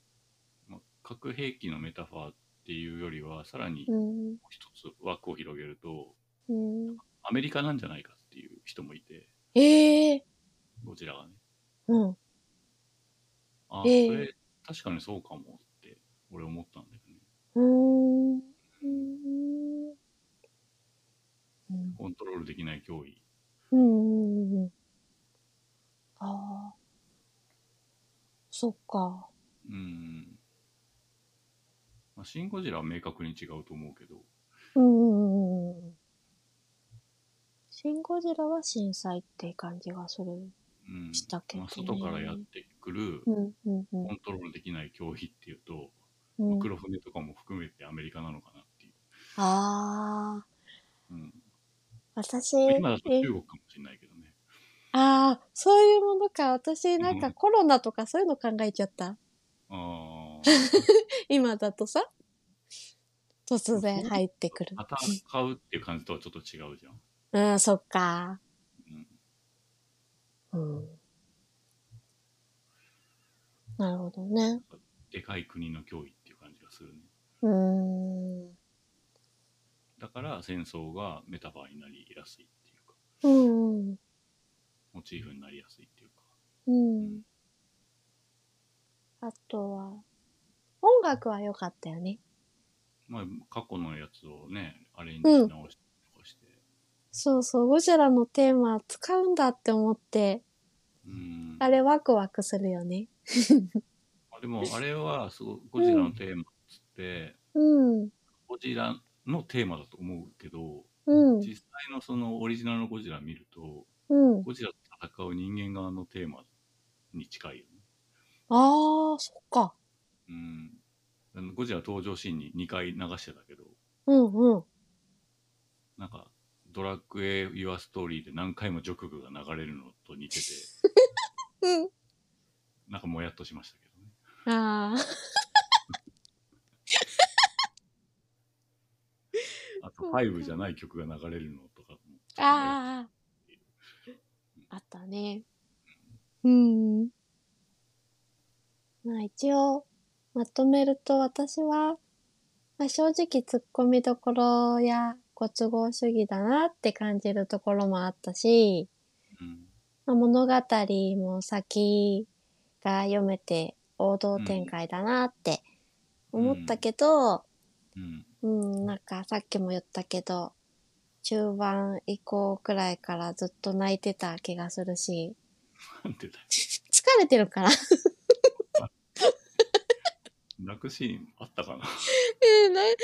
Speaker 2: まあ、核兵器のメタファーっていうよりは、さらに
Speaker 1: うん。
Speaker 2: 一つ枠を広げると、
Speaker 1: うん
Speaker 2: アメリカなんじゃないかっていう人もいて、
Speaker 1: ええ
Speaker 2: ゴジラがね。
Speaker 1: うん。
Speaker 2: ああ、そ
Speaker 1: ええ
Speaker 2: れ、確かにそうかもって、俺思ったんだよね。
Speaker 1: うーん。うーん。
Speaker 2: コントロールできない脅威。
Speaker 1: うんうんうんうん。ああ。そっか。
Speaker 2: うん。まあ、シン・ゴジラは明確に違うと思うけど、
Speaker 1: うんうんうんうん。シン・ゴジラは震災って感じがする。
Speaker 2: うん
Speaker 1: したけどね
Speaker 2: まあ、外からやってくる
Speaker 1: うんうんうん
Speaker 2: コントロールできない脅威っていうと、
Speaker 1: うん。
Speaker 2: 黒船とかも含めてアメリカなのかなっていう。
Speaker 1: ああ。
Speaker 2: うん、
Speaker 1: 私、
Speaker 2: 今だと中
Speaker 1: え
Speaker 2: 国かもしれないけどね。
Speaker 1: ああ、そういうものか。私、なんかコロナとかそういうの考えちゃった。
Speaker 2: あ あ、
Speaker 1: 今だとさ、突然入ってくる。
Speaker 2: 戦うっていう感じとはちょっと違うじゃん。
Speaker 1: うん、そっか。
Speaker 2: うん、
Speaker 1: うん。なるほどね。
Speaker 2: でかい国の脅威っていう感じがするね。
Speaker 1: うーん。うん
Speaker 2: だから戦争がメタバーになりやすいっていうか、
Speaker 1: うん。
Speaker 2: モチーフになりやすいっていうか。
Speaker 1: うん。あとは、音楽は良かったよね。
Speaker 2: まあ、過去のやつをね、アレンジし直したりとかして。
Speaker 1: そうそう、ゴジラのテーマ使うんだって思って、
Speaker 2: うん
Speaker 1: あれワクワクするよね。
Speaker 2: まあでもあれはすごいゴジラのテーマっつって、
Speaker 1: うん。
Speaker 2: ゴジラのテーマだと思うけど
Speaker 1: うん。
Speaker 2: 実際のそのオリジナルのゴジラ見ると
Speaker 1: うん。
Speaker 2: ゴジラと戦う人間側のテーマに近いよね。
Speaker 1: ああ、そっか。
Speaker 2: うんあのゴジラ登場シーンに2回流してたけど
Speaker 1: うんうん。
Speaker 2: なんか「ドラクエ・ユア・ストーリー」で何回もジョクグが流れるのと似て て
Speaker 1: うん。
Speaker 2: なんかもやっとしましたけどね。
Speaker 1: ああ。
Speaker 2: あと「ファイブじゃない曲が流れるのとかもちょっともやっ
Speaker 1: ああ。あったね。うん。まあ一応、まとめると私は、まあ、正直突っ込みどころやご都合主義だなって感じるところもあったし、
Speaker 2: うん
Speaker 1: まあ、物語も先が読めて王道展開だなって思ったけど、
Speaker 2: うん
Speaker 1: うん、なんかさっきも言ったけど、中盤以降くらいからずっと泣いてた気がするし、
Speaker 2: なんてだよ
Speaker 1: 疲れてるから。
Speaker 2: 泣くシーンあったかな
Speaker 1: うん、な、なん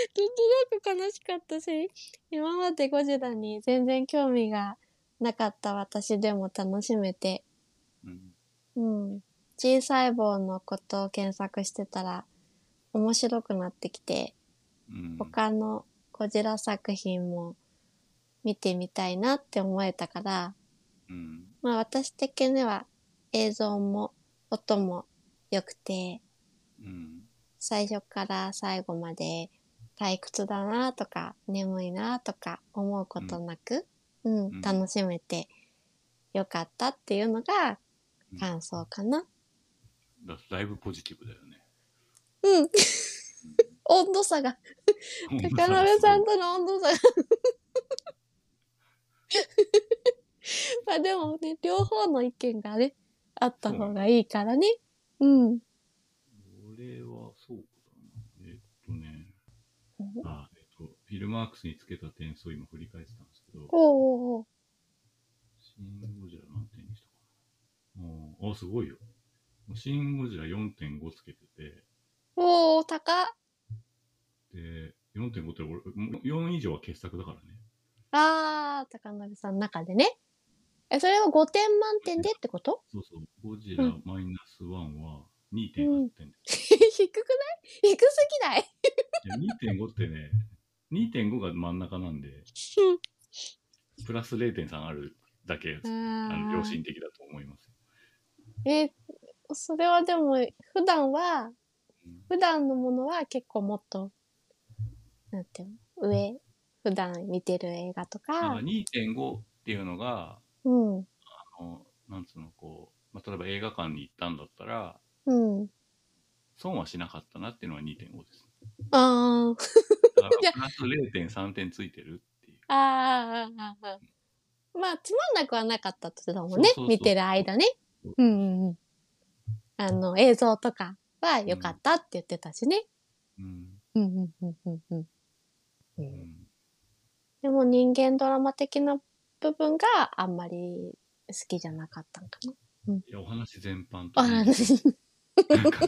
Speaker 1: となく悲しかったし、今までゴジラに全然興味がなかった私でも楽しめて、
Speaker 2: うん
Speaker 1: うん。G 細胞のことを検索してたら面白くなってきて、
Speaker 2: うん
Speaker 1: 他のゴジラ作品も見てみたいなって思えたから、
Speaker 2: うん
Speaker 1: まあ私的には映像も音も良くて、
Speaker 2: うん
Speaker 1: 最初から最後まで退屈だなとか眠いなとか思うことなく、うん、
Speaker 2: うん
Speaker 1: 楽しめて、良かったっていうのが
Speaker 2: うん
Speaker 1: 感想かな。
Speaker 2: だだいぶポジティブだ よね。
Speaker 1: うん。温度差が、高鍋さんとの温度 差が。まあでもね、両方の意見がね、あった方がいいからね。うん。
Speaker 2: 俺はそうだな。えっとね、あ、えっと、フィルマークスにつけた点数を今振り返ってたんですけど、
Speaker 1: おうおうおう
Speaker 2: シン・ゴジラ何点にしたかな。おーあ、すごいよ。シン・ゴジラ4.5つけてて、
Speaker 1: おう高っ
Speaker 2: で、4.5って俺、4以上は傑作だからね。
Speaker 1: あー、高鍋さんの中でね。え、それは5点満点でってこと
Speaker 2: そうそう、ゴジラマイナス1は2.8
Speaker 1: 低
Speaker 2: 点。
Speaker 1: くない低すぎ ない
Speaker 2: いや2.5ってね、2.5が真ん中なんで、プラス0.3あるだけ、あの良心的だと思います。
Speaker 1: え、それはでも、普段は、普段のものは結構もっと、なんていうの上、普段見てる映画と
Speaker 2: だか、
Speaker 1: から
Speaker 2: 2.5っていうのが、
Speaker 1: うん、
Speaker 2: あのなんつうの、こう、まあ、例えば映画館に行ったんだったら、
Speaker 1: うん。
Speaker 2: 損はしなかったなっていうのは2.5です。
Speaker 1: あー、
Speaker 2: だか
Speaker 1: いや
Speaker 2: らプラス0.3点ついてるっていう。
Speaker 1: あー、あーあーまあ、つまんなくはなかったってことだもんね
Speaker 2: そうそうそう
Speaker 1: 見てる間ね。うん、うん。あの、映像とかは良かったって言ってたしね。
Speaker 2: うん。
Speaker 1: うんうんうんうんうんう
Speaker 2: うんん
Speaker 1: でも人間ドラマ的な部分があんまり好きじゃなかったんかな。
Speaker 2: いや、お話全般と
Speaker 1: あ
Speaker 2: ね、
Speaker 1: ら、 そ
Speaker 2: なんか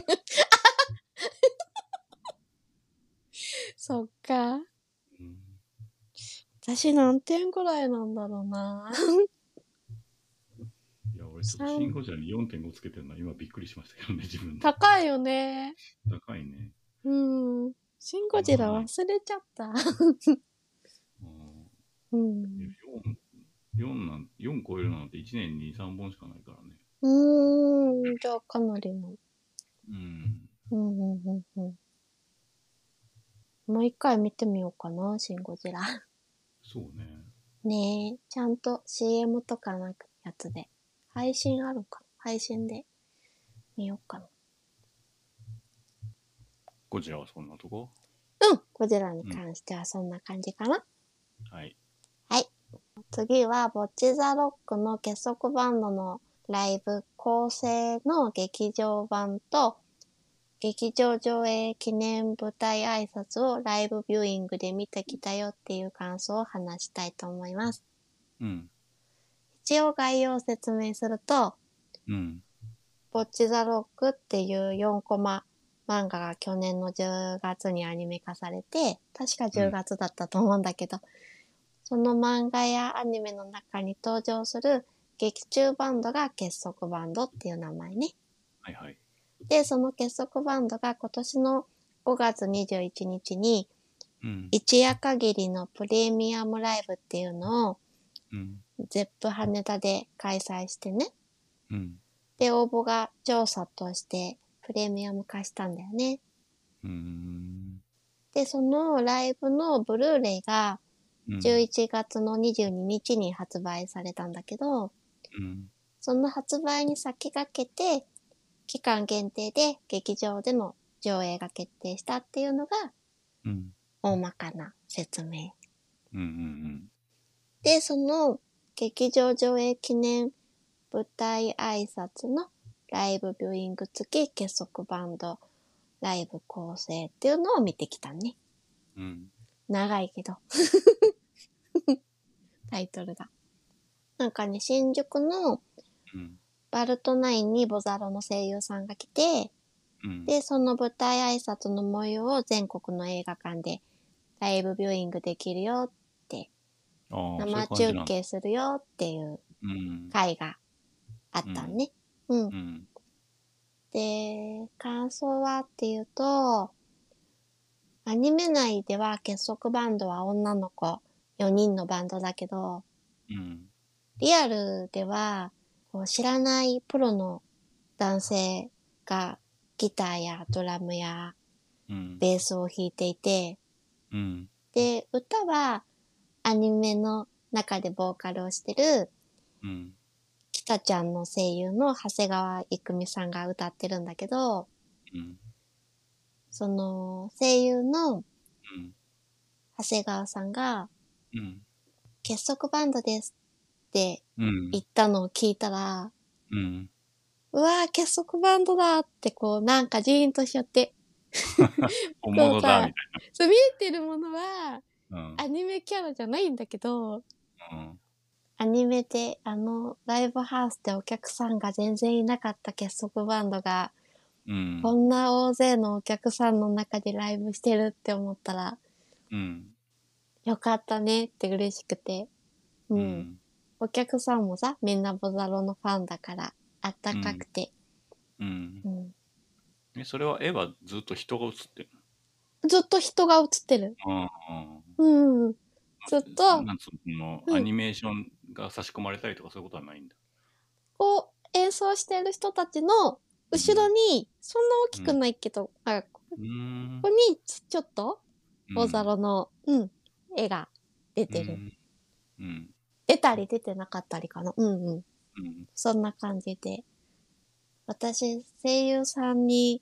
Speaker 1: っか。
Speaker 2: うん
Speaker 1: 私何点ぐらいなんだろうな。
Speaker 2: いや、俺ちょっとシンゴジラに4.5つけてるのは今びっくりしましたけ どね、自分の。
Speaker 1: 高いよね。
Speaker 2: 高いね。
Speaker 1: うん。シンゴジラ忘れちゃった。
Speaker 2: うん
Speaker 1: うん。
Speaker 2: 4, 4, なん4超えるなんて1年に3本しかないからね。
Speaker 1: うーん。じゃあかなりの。
Speaker 2: うん。
Speaker 1: うんうんうんうん。もう一回見てみようかな、シンゴジラ。
Speaker 2: そうね。
Speaker 1: ねえ、ちゃんと CM とかなくやつで。配信あるか配信で見ようかな。
Speaker 2: ゴジラはそんなとこ
Speaker 1: うんゴジラに関してはそんな感じかな。
Speaker 2: はい。
Speaker 1: 次は、ボッチザロックの結束バンドのライブ構成の劇場版と、劇場上映記念舞台挨拶をライブビューイングで見てきたよっていう感想を話したいと思います。
Speaker 2: うん。
Speaker 1: 一応概要を説明すると、
Speaker 2: うん。
Speaker 1: ボッチザロックっていう4コマ漫画が去年の10月にアニメ化されて、確か10月だったと思うんだけど、その漫画やアニメの中に登場する劇中バンドが結束バンドっていう名前ね。
Speaker 2: はいはい。
Speaker 1: で、その結束バンドが今年の5月21日に
Speaker 2: うん。
Speaker 1: 一夜限りのプレミアムライブっていうのを
Speaker 2: うん。
Speaker 1: ゼップ羽田で開催してね。
Speaker 2: うん。
Speaker 1: で、応募が調査としてプレミアム化したんだよね。
Speaker 2: うん。
Speaker 1: で、そのライブのブルーレイが
Speaker 2: うん
Speaker 1: 11月の22日に発売されたんだけど、
Speaker 2: うん。
Speaker 1: その発売に先駆けて、期間限定で劇場での上映が決定したっていうのが
Speaker 2: うん。
Speaker 1: 大まかな説明。
Speaker 2: うん。うん。
Speaker 1: で、その劇場上映記念舞台挨拶のライブビューイング付き結束バンドライブ構成っていうのを見てきたね。
Speaker 2: うん。
Speaker 1: 長いけど。 タイトルが。なんかね、新宿の
Speaker 2: うん。
Speaker 1: バルトナインにボザロの声優さんが来て、
Speaker 2: うん。
Speaker 1: で、その舞台挨拶の模様を全国の映画館でライブビューイングできるよ、
Speaker 2: あー
Speaker 1: 生
Speaker 2: そうい
Speaker 1: 中
Speaker 2: う感じなんだ
Speaker 1: 継するよっていう
Speaker 2: うん。
Speaker 1: 回があったんね。うん
Speaker 2: う。ん。
Speaker 1: で、感想はっていうと、アニメ内では結束バンドは女の子4人のバンドだけど、
Speaker 2: うん。
Speaker 1: リアルでは、こう知らないプロの男性がギターやドラムや
Speaker 2: うん。
Speaker 1: ベースを弾いていて、
Speaker 2: うん。
Speaker 1: で、歌はアニメの中でボーカルをしてる
Speaker 2: うん。
Speaker 1: ちかちゃんの声優の長谷川郁美さんが歌ってるんだけど、
Speaker 2: うん。
Speaker 1: その声優の
Speaker 2: うん。
Speaker 1: 長谷川さんが
Speaker 2: うん。
Speaker 1: 結束バンドですって
Speaker 2: うん
Speaker 1: 言ったのを聞いたら、
Speaker 2: うん。
Speaker 1: うわー結束バンドだってこうなんかジーンとしちゃって、
Speaker 2: 本物だ、み
Speaker 1: そう見えてるものは
Speaker 2: たいな。
Speaker 1: アニメキャラじゃないんだけど、
Speaker 2: うん。うん。
Speaker 1: アニメであのライブハウスでお客さんが全然いなかった結束バンドが
Speaker 2: うん
Speaker 1: こんな大勢のお客さんの中でライブしてるって思ったら、
Speaker 2: うん。
Speaker 1: よかったねって嬉しくて。うん。
Speaker 2: うん。
Speaker 1: お客さんもさ、みんなボザロのファンだから、あったかくて。
Speaker 2: うん
Speaker 1: う。ん。
Speaker 2: え、それは絵はずっと人が映ってる
Speaker 1: ずっと人が映ってる。
Speaker 2: のうんうん。
Speaker 1: うんうん。ずっと、
Speaker 2: なんつうの、
Speaker 1: うん
Speaker 2: アニメーションが差し込まれたりとかそういうことはないんだ。
Speaker 1: こう、演奏してる人たちの後ろに、そんな大きくないけど、あこ
Speaker 2: うーん
Speaker 1: こ。にちちょっと、ボザ
Speaker 2: っ
Speaker 1: ロの、うん、絵が出てる。。
Speaker 2: うん。
Speaker 1: 出たり出てなかったりかな。うんうん。
Speaker 2: うん。
Speaker 1: そんな感じで。私、声優さんに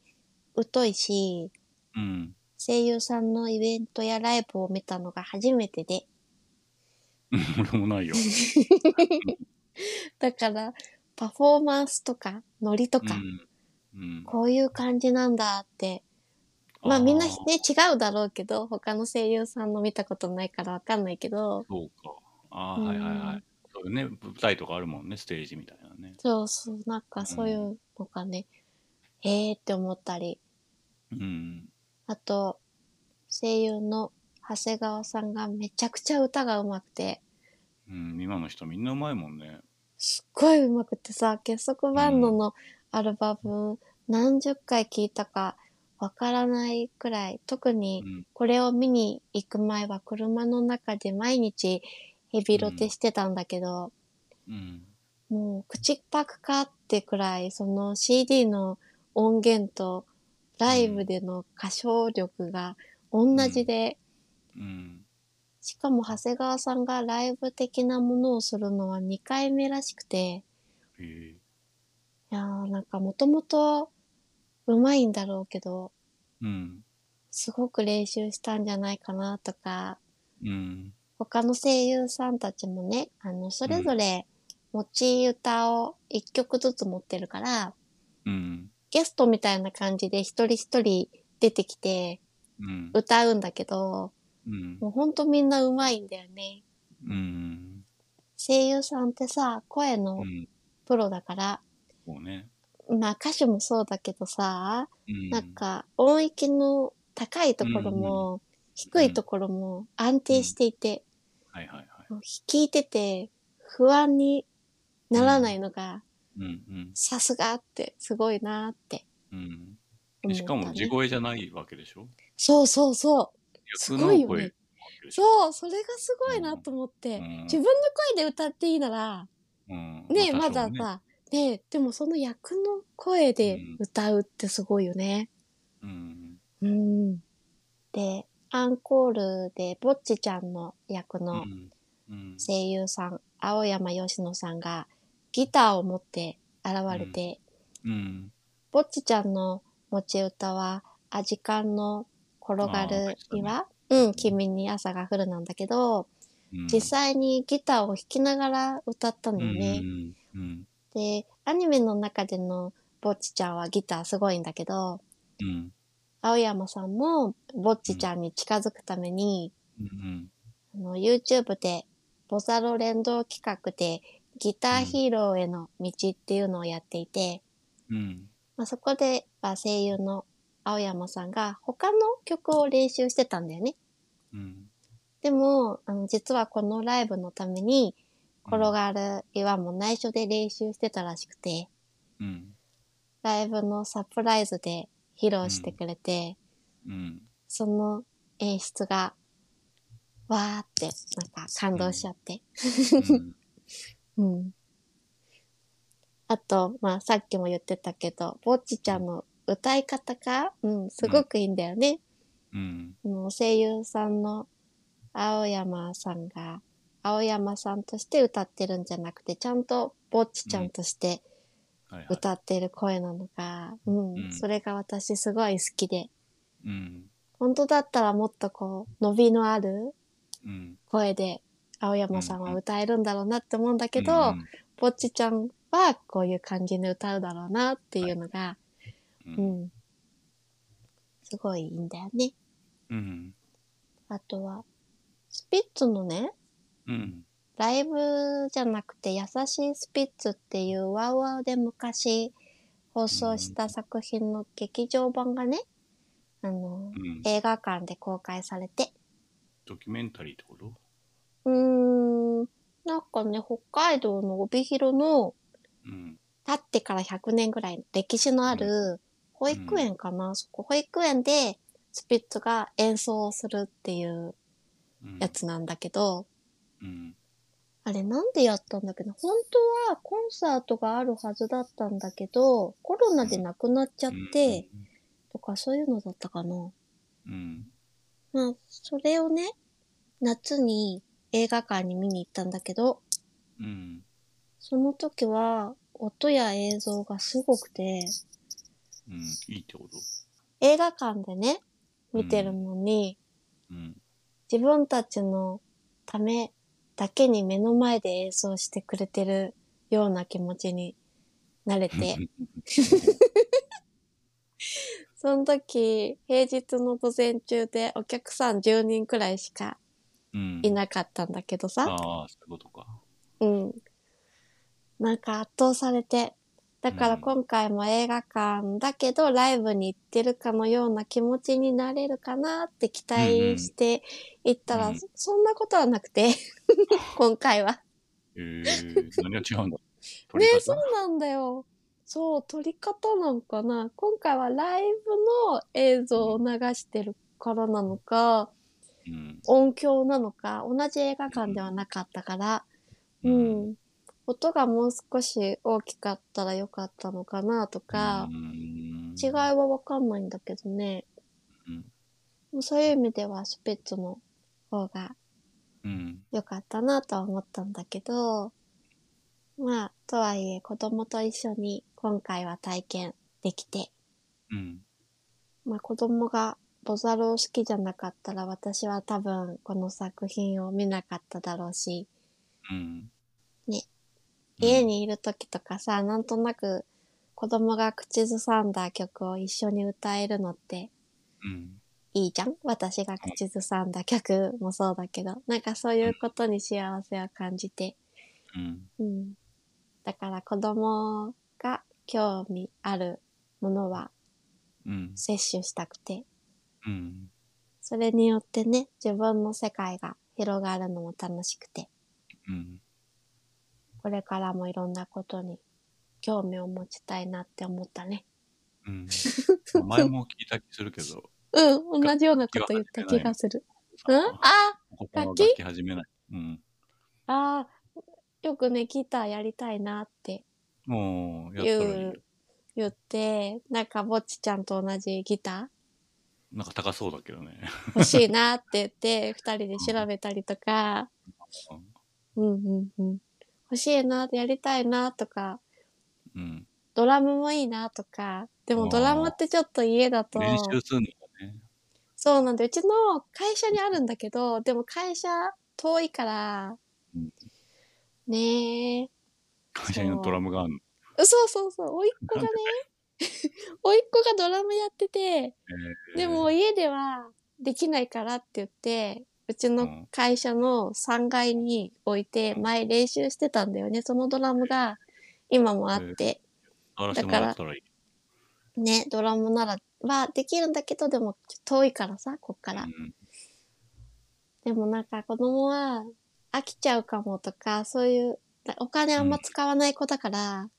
Speaker 1: 疎いし、
Speaker 2: うん。
Speaker 1: 声優さんのイベントやライブを見たのが初めてで。
Speaker 2: うん 俺 もないよ。
Speaker 1: だから、パフォーマンスとか、ノリとか、
Speaker 2: うん。うん。
Speaker 1: こういう感じなんだって。まあみんなね、
Speaker 2: ー
Speaker 1: 違うだろうけど、他の声優さんの見たことないからわかんないけど、
Speaker 2: そうか。ああ、
Speaker 1: うん
Speaker 2: はいはいはい。そういうね、舞台とかあるもんね、ステージみたいなね。
Speaker 1: そうそう、なんかそういうのがね、へえーって思ったり。
Speaker 2: うん。
Speaker 1: あと、声優の長谷川さんがめちゃくちゃ歌が上手くて、
Speaker 2: うん、今の人みんなうまいもんね。
Speaker 1: すっごい上手くてさ、結束バンドのアルバム何十回聴いたかわからないくらい、特
Speaker 2: う
Speaker 1: に
Speaker 2: ん。
Speaker 1: これを見に行く前は車の中で毎日ヘビロテしてたんだけど、
Speaker 2: うん。
Speaker 1: もう口パクかってくらい、その CD の音源とライブでの歌唱力が同じで、
Speaker 2: うん。
Speaker 1: しかも長谷川さんがライブ的なものをするのは2回目らしくて、
Speaker 2: へえ。
Speaker 1: いやーなんかもともとうまいんだろうけど、
Speaker 2: うん。
Speaker 1: すごく練習したんじゃないかなとか、
Speaker 2: うん。
Speaker 1: 他の声優さんたちもね、あの、それぞれ持ち歌を一曲ずつ持ってるから、
Speaker 2: うん。
Speaker 1: ゲストみたいな感じで一人一人出てきて
Speaker 2: うん。
Speaker 1: 歌うんだけど、
Speaker 2: うん。
Speaker 1: もうほんとみんなうまいんだよね。
Speaker 2: うん。
Speaker 1: 声優さんってさ、声の
Speaker 2: うん。
Speaker 1: プロだから、
Speaker 2: そうね。
Speaker 1: まあ歌手もそうだけどさ、
Speaker 2: うん。
Speaker 1: なんか音域の高いところも低いところも安定していて、
Speaker 2: はいはいはい。
Speaker 1: もう聞いてて不安にならないのが
Speaker 2: うんうん
Speaker 1: さすがってすごいなって
Speaker 2: うん
Speaker 1: 思った、ね。
Speaker 2: しかも地声じゃないわけでしょ
Speaker 1: そうそうそう。す
Speaker 2: 逆
Speaker 1: ごい
Speaker 2: の
Speaker 1: よ
Speaker 2: 声
Speaker 1: ね
Speaker 2: なわけでしょ
Speaker 1: そう、それがすごいなと思って、
Speaker 2: うん
Speaker 1: 自分の声で歌っていいなら、
Speaker 2: うん
Speaker 1: ねえ、
Speaker 2: ま
Speaker 1: ま
Speaker 2: あ多少
Speaker 1: だ
Speaker 2: ね
Speaker 1: さ、ねえ、でもその役の声で歌うってすごいよね。
Speaker 2: うん
Speaker 1: うん。で、アンコールでぼっちちゃんの役
Speaker 2: う
Speaker 1: の
Speaker 2: んうん
Speaker 1: 声優さん、青山吉野さんがギターを持って現れて、
Speaker 2: うん
Speaker 1: ぼっちちゃんの持ち歌は、アジカンの転が
Speaker 2: あー
Speaker 1: る岩、
Speaker 2: ね
Speaker 1: うん、君に朝が降るなんだけど、
Speaker 2: うん
Speaker 1: 実際にギターを弾きながら歌ったのよね。
Speaker 2: うんうん
Speaker 1: で、アニメの中でのぼっちちゃんはギターすごいんだけど、
Speaker 2: うん
Speaker 1: 青山さんもぼっちちゃんに近づくために、
Speaker 2: うん
Speaker 1: あの YouTube でボサロ連動企画でギターヒーローへの道っていうのをやっていて、
Speaker 2: うん
Speaker 1: まあ、そこでは声優の青山さんが他の曲を練習してたんだよね。
Speaker 2: うん
Speaker 1: でも、あの実はこのライブのために転がる岩も内緒で練習してたらしくて、
Speaker 2: うん
Speaker 1: ライブのサプライズで披露してくれて、
Speaker 2: うん
Speaker 1: その演出がわーってなんか感動しちゃって、
Speaker 2: うん
Speaker 1: うん。あと、まあ、さっきも言ってたけど、ぼっちちゃんの歌い方が、うん、すごくいいんだよね。
Speaker 2: うん
Speaker 1: もう声優さんの青山さんが、青山さんとして歌ってるんじゃなくて、ちゃんとぼっちちゃんとして
Speaker 2: はいはい。
Speaker 1: 歌ってる声なのが、うん、
Speaker 2: うん
Speaker 1: それが私すごい好きで、
Speaker 2: うん。
Speaker 1: 本当だったらもっとこう、伸びのある
Speaker 2: うん。
Speaker 1: 声で、青山さんは歌えるんだろうなって思うんだけど、
Speaker 2: うん
Speaker 1: ぼっちちゃんはこういう感じで歌うだろうなっていうのが、
Speaker 2: う。
Speaker 1: うんん。すごいいいんだよね。
Speaker 2: うん。
Speaker 1: あとは、スピッツのね、
Speaker 2: うん。
Speaker 1: ライブじゃなくて、優しいスピッツっていうワウワウで昔放送した作品の劇場版がね、あの、
Speaker 2: うん。
Speaker 1: 映画館で公開されて、
Speaker 2: ドキュメンタリーってこと
Speaker 1: うーん、なんかね、北海道の帯広の、
Speaker 2: うん。
Speaker 1: 経ってから100年ぐらい歴史のある保育園かな、そこ保育園でスピッツが演奏をするっていう
Speaker 2: うん
Speaker 1: や。つなんだけど、
Speaker 2: うん。
Speaker 1: あれなんでやったんだっけど、本当はコンサートがあるはずだったんだけど、コロナでなくなっちゃって、とかそういうのだったかな。
Speaker 2: うん。
Speaker 1: まあ、それをね、夏に映画館に見に行ったんだけど、
Speaker 2: うん。うん。
Speaker 1: その時は音や映像がすごくて、
Speaker 2: うん。いいってこと
Speaker 1: 映画館でね、見てるのに、
Speaker 2: うん。
Speaker 1: 自分たちのためだけに目の前で演奏してくれてるような気持ちになれ て、その時、平日の午前中でお客さん10人くらいしか
Speaker 2: うん。
Speaker 1: いなかったんだけどさ、
Speaker 2: ああ、そういうことか。
Speaker 1: うん。なんか圧倒されて、だから今回も映画館だけどライブに行ってるかのような気持ちになれるかなって期待して行ったら、
Speaker 2: うん
Speaker 1: そそんなことはなく て、今回は。
Speaker 2: えー、何が違うんだ
Speaker 1: ねえ、そうなんだよ。そう、撮り方なのかな今回はライブの映像を流してるからなのか、
Speaker 2: うん。
Speaker 1: 音響なのか、同じ映画館ではなかったから、う
Speaker 2: うん
Speaker 1: ん。音がもう少し大きかったらよかったのかなとか、違いはわかんないんだけどね。
Speaker 2: うん
Speaker 1: もうそういう意味ではスピッツの方が
Speaker 2: うん。
Speaker 1: 良かったなとは思ったんだけど、まあ、とはいえ子供と一緒に今回は体験できて、
Speaker 2: うん。
Speaker 1: まあ子供がボザロを好きじゃなかったら私は多分この作品を見なかっただろうし、
Speaker 2: うん。
Speaker 1: ね。家。にいる時とかさ、なんとなく子供が口ずさんだ曲を一緒に歌えるのって
Speaker 2: うん。
Speaker 1: いいじゃん私が口ずさんだ曲もそうだけど、なんかそういうことに幸せを感じて、
Speaker 2: うん。
Speaker 1: うん。だから子供が興味あるものは
Speaker 2: うん。
Speaker 1: 摂取したくて、
Speaker 2: うん。
Speaker 1: それによってね、自分の世界が広がるのも楽しくて、
Speaker 2: うん。
Speaker 1: これからもいろんなことに興味を持ちたいなって思ったね。
Speaker 2: うん。 前も聞いた気するけど。
Speaker 1: うん、同じようなこと言った気がする。うんあ
Speaker 2: 楽器楽器始めない。うん。
Speaker 1: あー、よくね、ギターやりたいなって
Speaker 2: もう、や
Speaker 1: 言、
Speaker 2: ったらいいう
Speaker 1: 言って、なんかぼっちちゃんと同じギター
Speaker 2: なんか高そうだけどね。
Speaker 1: 欲しいなって言 って、二人で調べたりとか、うんうんうん。欲しいな、やりたいなとか、
Speaker 2: うん。
Speaker 1: ドラムもいいなとか、でもドラムってちょっと家だと、
Speaker 2: 練習するのがね。
Speaker 1: そうなんで、うちの会社にあるんだけど、でも会社遠いから
Speaker 2: うん、
Speaker 1: ねえ。
Speaker 2: 会社のドラムがあるの。
Speaker 1: そうそうそう、甥っ子がね、甥っ子がドラムやってて、でも家ではできないからって言って、うち
Speaker 2: う
Speaker 1: の
Speaker 2: ん
Speaker 1: 会社の3階に置いて、前練習してたんだよね。そのドラムが今もあって。
Speaker 2: やらせてもらったらいい。
Speaker 1: ね、ドラムならはできるんだけど、でも遠いからさ、こっから。でもなんか子供は飽きちゃうかもとか、そういう、お金あんま使わない子だから、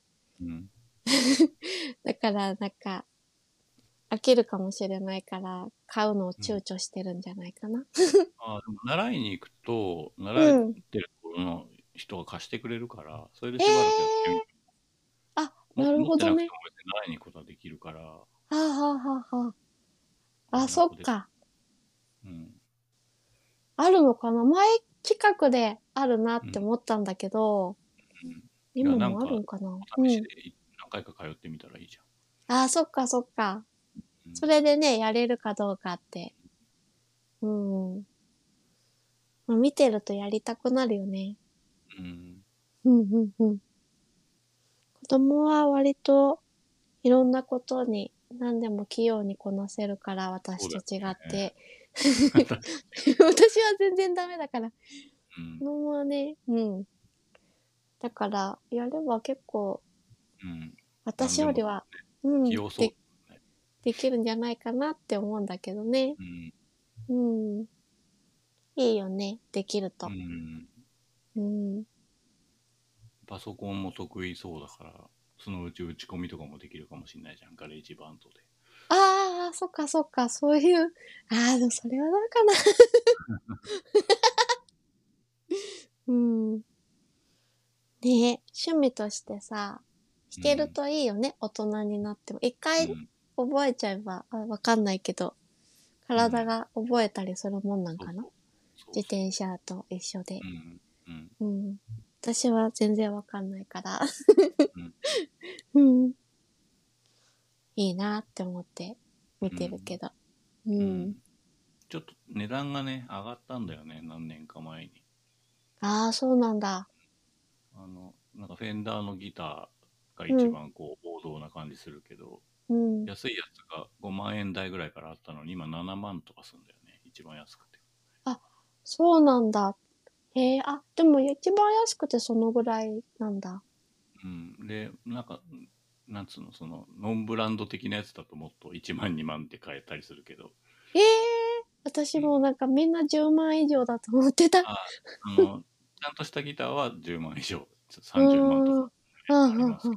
Speaker 2: うん。
Speaker 1: だからなんか、飽きるかもしれないから、買うのを躊躇してるんじゃないかな。
Speaker 2: ああ、でも習いに行くと、
Speaker 1: う
Speaker 2: 習い
Speaker 1: ん。
Speaker 2: ってるところの人が貸してくれるから、それでしばらくやってみる。
Speaker 1: あ、
Speaker 2: も
Speaker 1: なるほどね
Speaker 2: 持ってなくても別に習いに行くことはできるから。
Speaker 1: はあはあはあはあ。あ、そっ。か。
Speaker 2: うん。
Speaker 1: あるのかな前近くであるなって思ったんだけど、
Speaker 2: うん
Speaker 1: え今
Speaker 2: なん
Speaker 1: も
Speaker 2: か
Speaker 1: あるんかなう
Speaker 2: お試し
Speaker 1: ん
Speaker 2: で。何回か通ってみたらいいじゃん。
Speaker 1: ああ、そっかそっか。
Speaker 2: うん
Speaker 1: それでね、やれるかどうかって。うん。まあ見てるとやりたくなるよね。
Speaker 2: うん
Speaker 1: うんうんうん。子供は割といろんなことに何でも器用にこなせるから、私と違って。 私は全然ダメだから。
Speaker 2: うん
Speaker 1: 子供はね、うん。だから、やれば結構、
Speaker 2: うん
Speaker 1: 私よりは、うん、
Speaker 2: 器用そう
Speaker 1: でできるんじゃないかなって思うんだけどね。
Speaker 2: うん
Speaker 1: うん。いいよね、できる
Speaker 2: う
Speaker 1: と。
Speaker 2: ん
Speaker 1: うん。
Speaker 2: パソコンも得意そうだからそのうち打ち込みとかもできるかもしれないじゃんガレージバンドで
Speaker 1: ああ、そっかそっか、そういう。ああ、でもそれはどうかな。 うん。ねえ、趣味としてさ、弾けるといいよね、大人になっても。一回
Speaker 2: うん
Speaker 1: 覚えちゃえば、あわかんないけど、体が覚えたりするもんなんかな。
Speaker 2: そうそう
Speaker 1: 自転車と一緒で。
Speaker 2: うんうん
Speaker 1: うん。私は全然わかんないから。
Speaker 2: う
Speaker 1: う
Speaker 2: ん
Speaker 1: ん。いいなって思って見てるけど。うん。
Speaker 2: うんちょっと値段がね上がったんだよね何年か前に
Speaker 1: ああ、そうなんだ。
Speaker 2: あのなんかフェンダーのギターが一番こう王道な感じするけど、
Speaker 1: うん。
Speaker 2: 安いやつが5万円台ぐらいからあったのに今7万とかするんだよね一番安くて
Speaker 1: そうなんだ。へえ、あ、でも一番安くてそのぐらいなんだ。
Speaker 2: うん、でなんかなんつうのそのノンブランド的なやつだともっと1万2万って買えたりするけど
Speaker 1: ええ私もなんかみんな10万以上だと思ってた。
Speaker 2: ああのちゃんとしたギターは10万以上30万とか
Speaker 1: うん
Speaker 2: あ
Speaker 1: うん
Speaker 2: ります
Speaker 1: う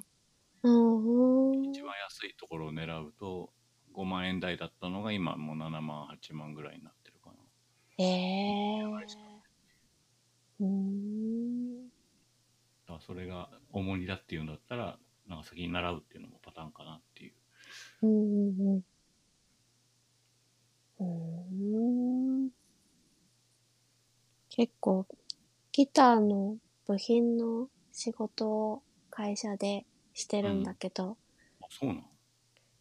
Speaker 1: ん。うん。
Speaker 2: 一番安いところを狙うと5万円台だったのが今もう7万8万ぐらいになってるかな
Speaker 1: ええうーん。
Speaker 2: だからそれが重荷だっていうんだったらなんか先に習うっていうのもパターンかなっていう
Speaker 1: うんうんうん。うーん。結構、ギターの部品の仕事を会社でしてるんだけど、
Speaker 2: あそうなの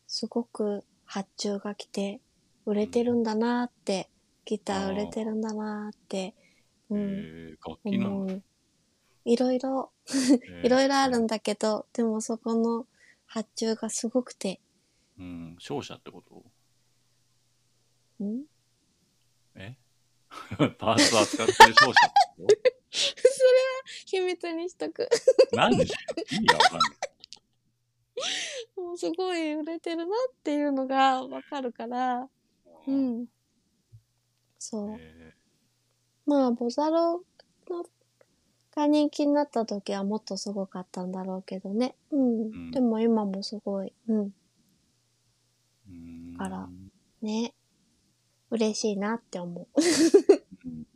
Speaker 1: すごく発注が来て、売れてるんだなーって、ギター売れてるんだなーって、う
Speaker 2: へ
Speaker 1: ん、
Speaker 2: え楽器な
Speaker 1: 思
Speaker 2: の
Speaker 1: う。いろいろ、
Speaker 2: へえ
Speaker 1: いろいろあるんだけど、でもそこの発注がすごくて、
Speaker 2: うん勝者ってこと
Speaker 1: ん
Speaker 2: え パーツ扱ってる商社ってこ
Speaker 1: それは秘密にしとく。
Speaker 2: となんで意味がわかんない。
Speaker 1: もうすごい売れてるなっていうのがわかるから。う
Speaker 2: へ
Speaker 1: ん。そう。
Speaker 2: え
Speaker 1: まあ、ボザロのが人気になった時はもっとすごかったんだろうけどね。うん。
Speaker 2: ん
Speaker 1: でも今もすごい。うん。
Speaker 2: うーん
Speaker 1: からね。嬉しいなって思う。
Speaker 2: うん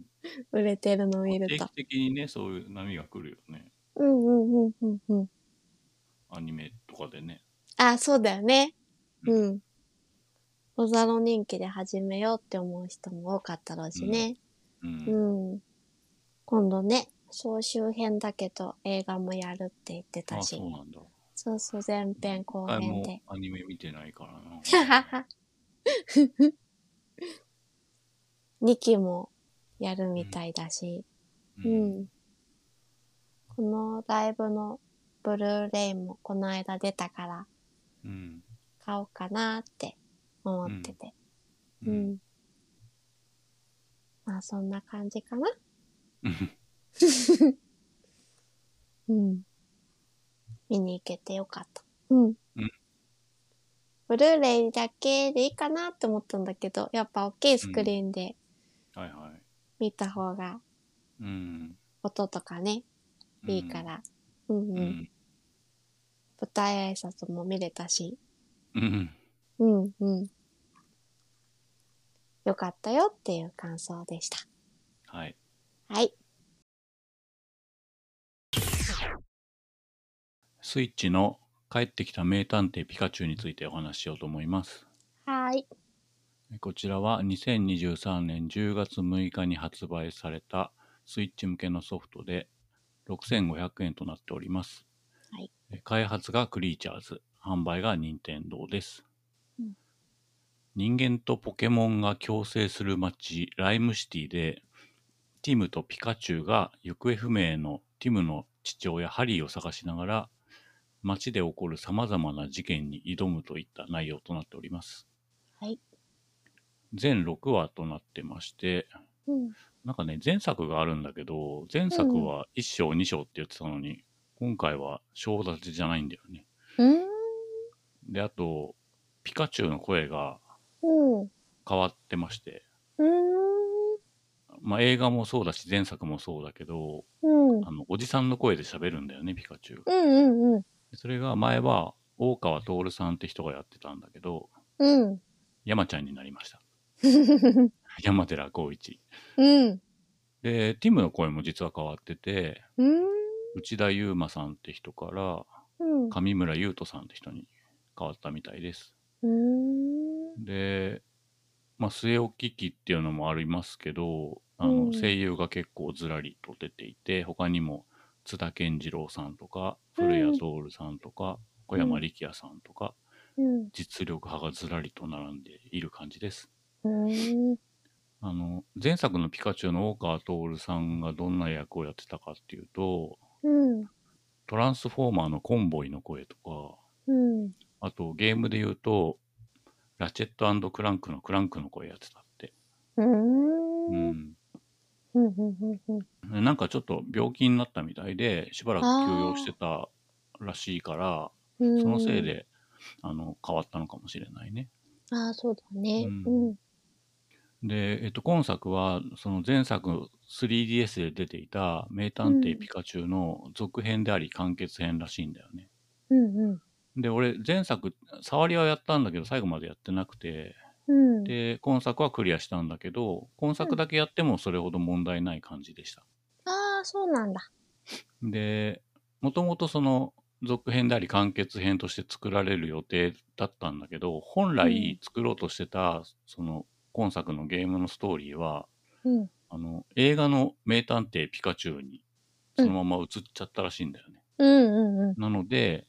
Speaker 1: 売れてるのを見る
Speaker 2: 定
Speaker 1: と
Speaker 2: 期。的にね、そういう波が来るよね。
Speaker 1: うんうんうんうんうん。
Speaker 2: アニメとかでね。
Speaker 1: あ、そうだよね。うん。ボザロ人気で始めようって思う人も多かったろうしね。
Speaker 2: う。
Speaker 1: うんん。今度ね、総集編だけど映画もやるって言ってた
Speaker 2: あ、
Speaker 1: し
Speaker 2: そ。うなんだ。
Speaker 1: そうそう、前編後
Speaker 2: あ
Speaker 1: 編
Speaker 2: も
Speaker 1: で。
Speaker 2: うアニメ見てないからな。
Speaker 1: 2期もやるみたいだし。う
Speaker 2: うん
Speaker 1: ん。このライブのブルーレイもこの間出たから
Speaker 2: うん。
Speaker 1: 買おうかなって思ってて。
Speaker 2: う。
Speaker 1: うんん。まあそんな感じかな。うん。見に行けてよかった。うん。
Speaker 2: うん
Speaker 1: ブルーレイだけでいいかなって思ったんだけど、やっぱ大きいスクリーンで
Speaker 2: はいはい。
Speaker 1: 見た方が
Speaker 2: うん。
Speaker 1: 音とかね、いいか。ら。うん、う、
Speaker 2: うんん。
Speaker 1: 舞台挨拶も見れたし。
Speaker 2: うん。
Speaker 1: うんうん。よかったよっていう感想でした。
Speaker 2: はい。
Speaker 1: はい。
Speaker 2: スイッチの帰ってきた名探偵ピカチュウについてお話ししようと思います。
Speaker 1: はーい。
Speaker 2: こちらは2023年10月6日に発売されたスイッチ向けのソフトで6500円となっております。
Speaker 1: はい
Speaker 2: え開発がクリーチャーズ、販売が任天堂です。
Speaker 1: うん
Speaker 2: 人間とポケモンが共生する街、ライムシティで、ティムとピカチュウが行方不明のティムの父親ハリーを探しながら、街で起こる様々な事件に挑むといった内容となっております。
Speaker 1: はい。
Speaker 2: 全6話となってまして、
Speaker 1: うん。
Speaker 2: なんかね、前作があるんだけど、前作は1章、2章って言ってたのに、今回は章立てじゃないんだよね。
Speaker 1: うん。
Speaker 2: で、あと、ピカチュウの声が
Speaker 1: うん。
Speaker 2: 変わってまして、
Speaker 1: うん。
Speaker 2: まあ映画もそうだし、前作もそうだけど、
Speaker 1: うん。
Speaker 2: あの、おじさんの声で喋るんだよね、ピカチュウが。
Speaker 1: うん。うん。
Speaker 2: でそれが前は、大川徹さんって人がやってたんだけど、
Speaker 1: うん。
Speaker 2: 山ちゃんになりました。 山寺宏一。
Speaker 1: うん。
Speaker 2: で、ティムの声も実は変わってて、
Speaker 1: うん。
Speaker 2: 内田悠馬さんって人から、
Speaker 1: うん。
Speaker 2: 上村優斗さんって人に変わったみたいです。
Speaker 1: うん。
Speaker 2: で、まあ、末置き機っていうのもありますけど、あの
Speaker 1: うん
Speaker 2: 声優が結構ずらりと出ていて、他にも津田健次郎さんとか、古谷徹さんとか、小山力也さんとか、
Speaker 1: うん。
Speaker 2: 実力派がずらりと並んでいる感じです。
Speaker 1: うん。
Speaker 2: あの、前作のピカチュウの大川徹さんがどんな役をやってたかっていうと、
Speaker 1: うん。
Speaker 2: トランスフォーマーのコンボイの声とか、
Speaker 1: うん。
Speaker 2: あとゲームで言うと、ラチェットクランクのクランクの声やってたって。
Speaker 1: うん。う
Speaker 2: う
Speaker 1: ん。
Speaker 2: ん。
Speaker 1: うん。うん。うん。
Speaker 2: なんかちょっと病気になったみたいで、しばらく休養してたらしいから、
Speaker 1: うん。
Speaker 2: そのせい。で、あの、変わったのかもしれないね。
Speaker 1: ああ、そうだね。
Speaker 2: うん
Speaker 1: うん。
Speaker 2: で、えっと、今作は、その前作 3DS で出ていた名探偵ピカチュウの続編であり完結編らしいんだよね。
Speaker 1: うん。
Speaker 2: で、俺、前作、触りはやったんだけど、最後までやってなくて、
Speaker 1: うん。うん。
Speaker 2: で、今作はクリアしたんだけど、今作だけやってもそれほど問題ない感じでした。
Speaker 1: ああ、そうなんだ。
Speaker 2: で、もともとその続編であり完結編として作られる予定だったんだけど、本来作ろうとしてた、その今作のゲームのストーリーは、
Speaker 1: うん。
Speaker 2: あの、映画の名探偵ピカチュウにそのまま映っちゃったらしいんだよね。
Speaker 1: うん。うん。うん。
Speaker 2: なので、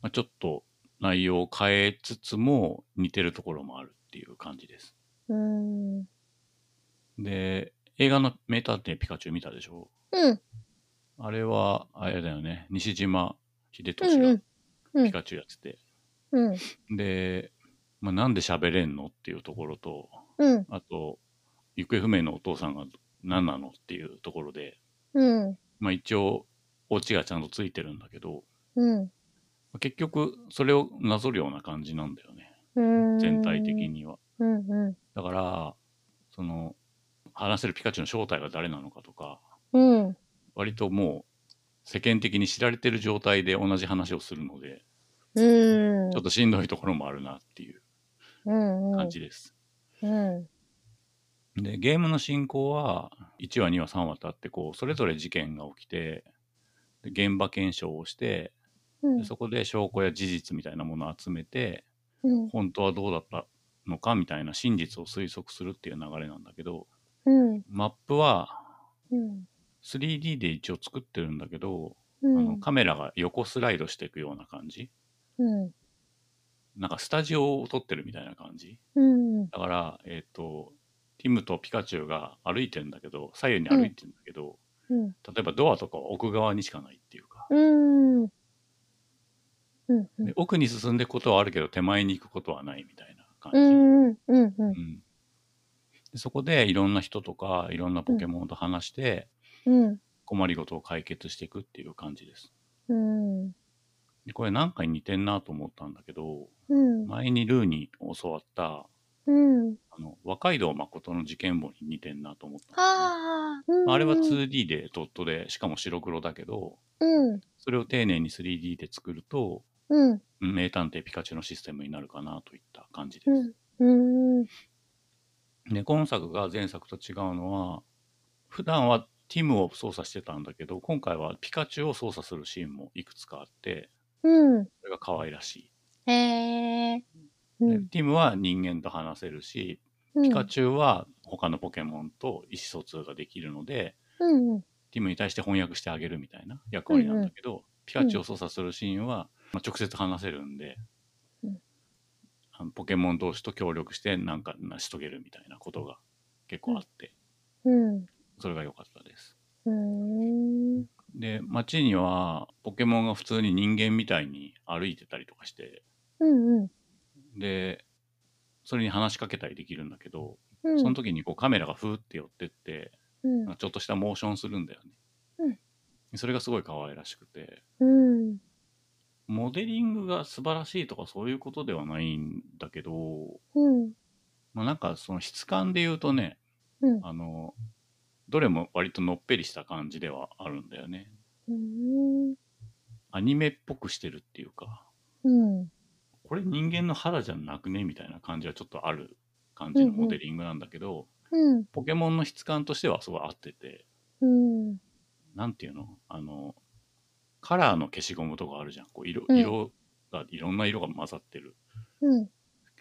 Speaker 2: まあ、ちょっと内容を変えつつも似てるところもあるっていう感じです。
Speaker 1: うん。
Speaker 2: で、映画の名探偵ピカチュウ見たでしょ
Speaker 1: うん。
Speaker 2: あれは、あれだよね、西島秀
Speaker 1: う
Speaker 2: 俊
Speaker 1: ん。うん。
Speaker 2: が
Speaker 1: うん
Speaker 2: ピカチュウやってて、
Speaker 1: うん。
Speaker 2: で、まあ、なんで喋れんのっていうところと、
Speaker 1: うん。
Speaker 2: あと、行方不明のお父さんが何なのっていうところで、
Speaker 1: うん。
Speaker 2: まあ、一応、オチがちゃんとついてるんだけど、
Speaker 1: うん。
Speaker 2: まあ結局、それをなぞるような感じなんだよね。
Speaker 1: うん。
Speaker 2: 全体的。には。
Speaker 1: うん。うん。
Speaker 2: だから、その、話せるピカチュウの正体が誰なのかとか、
Speaker 1: うん。
Speaker 2: 割ともう、世間的に知られてる状態で同じ話をするので、
Speaker 1: うん。
Speaker 2: ちょっとしんどいところもあるなっていう
Speaker 1: うん。
Speaker 2: 感じです。
Speaker 1: うん。
Speaker 2: で、ゲームの進行は、1話、2話、3話とあって、こう、それぞれ事件が起きて、で現場検証をして、
Speaker 1: うん。
Speaker 2: でそこで証拠や事実みたいなものを集めて、
Speaker 1: うん。
Speaker 2: 本当はどうだったのかみたいな真実を推測するっていう流れなんだけど、
Speaker 1: うん。
Speaker 2: マップは
Speaker 1: うん。
Speaker 2: 3D で一応作ってるんだけど、
Speaker 1: うん。
Speaker 2: あのカメラが横スライドしていくような感じ。
Speaker 1: うん。
Speaker 2: なんかスタジオを撮ってるみたいな感じ。
Speaker 1: うん。
Speaker 2: だから、えっ、と、ティムとピカチュウが歩いてんだけど、左右に歩いてんだけど、
Speaker 1: うん。
Speaker 2: 例えばドアとかは奥側にしかないっていうか、
Speaker 1: うん。うん。
Speaker 2: で奥に進んでいくことはあるけど手前に行くことはないみたいな感
Speaker 1: う
Speaker 2: じ、
Speaker 1: ん。うん。うん。
Speaker 2: うんでそこでいろんな人とかいろんなポケモンと話して
Speaker 1: うん。
Speaker 2: 困りごとを解決していくっていう感じです
Speaker 1: うん。
Speaker 2: でこれ何かに似てんなと思ったんだけど
Speaker 1: うん。
Speaker 2: 前にルーに教わった
Speaker 1: うん。
Speaker 2: あの若い堂誠の事件簿に似てんなと思ったんだよね、
Speaker 1: はあ。
Speaker 2: あれは 2D でドットでしかも白黒だけど
Speaker 1: うん。
Speaker 2: それを丁寧に 3D で作ると
Speaker 1: うん。
Speaker 2: 名探偵ピカチュウのシステムになるかなといった感じです、
Speaker 1: うん。うん。
Speaker 2: で今作が前作と違うのは普段はティムを操作してたんだけど今回はピカチュウを操作するシーンもいくつかあって
Speaker 1: うん。
Speaker 2: それが可愛らし
Speaker 1: へえ。
Speaker 2: い、
Speaker 1: う
Speaker 2: で
Speaker 1: ん。
Speaker 2: ティムは人間と話せるしピカチュウは他のポケモンと意思疎通ができるので
Speaker 1: うん。
Speaker 2: ティムに対して翻訳してあげるみたいな役割なんだけど、ピピカチュウを操作するシーンは、まあ、直接話せるんで、
Speaker 1: うん
Speaker 2: あのポケモン同士と協力してなんか成し遂げるみたいなことが結構あって、
Speaker 1: うん。
Speaker 2: それが良かったです。
Speaker 1: うーん。
Speaker 2: で街にはポケモンが普通に人間みたいに歩いてたりとかして
Speaker 1: うんうん。
Speaker 2: でそれに話しかけたりできるんだけど、
Speaker 1: うん。
Speaker 2: その時にこうカメラがふーって寄ってって
Speaker 1: うん
Speaker 2: ちょっとしたモーションするんだよね。
Speaker 1: うん
Speaker 2: それがすごい可愛らしくて、
Speaker 1: うん。
Speaker 2: モデリングが素晴らしいとかそういうことではないんだけど、
Speaker 1: うん。
Speaker 2: まあ、なんかその質感で言うとね、
Speaker 1: うん
Speaker 2: あの、どれも割とのっぺりした感じではあるんだよね。
Speaker 1: うん。
Speaker 2: アニメっぽくしてるっていうか、
Speaker 1: うん。
Speaker 2: これ人間の肌じゃなくねみたいな感じはちょっとある感じのモデリングなんだけど、
Speaker 1: うん。
Speaker 2: ポケモンの質感としてはすごい合ってて、
Speaker 1: うん。
Speaker 2: なんていうのあの、カラーの消しゴムとかあるじゃん。こう色、
Speaker 1: うん
Speaker 2: 色が、いろんな色が混ざってる。
Speaker 1: うん。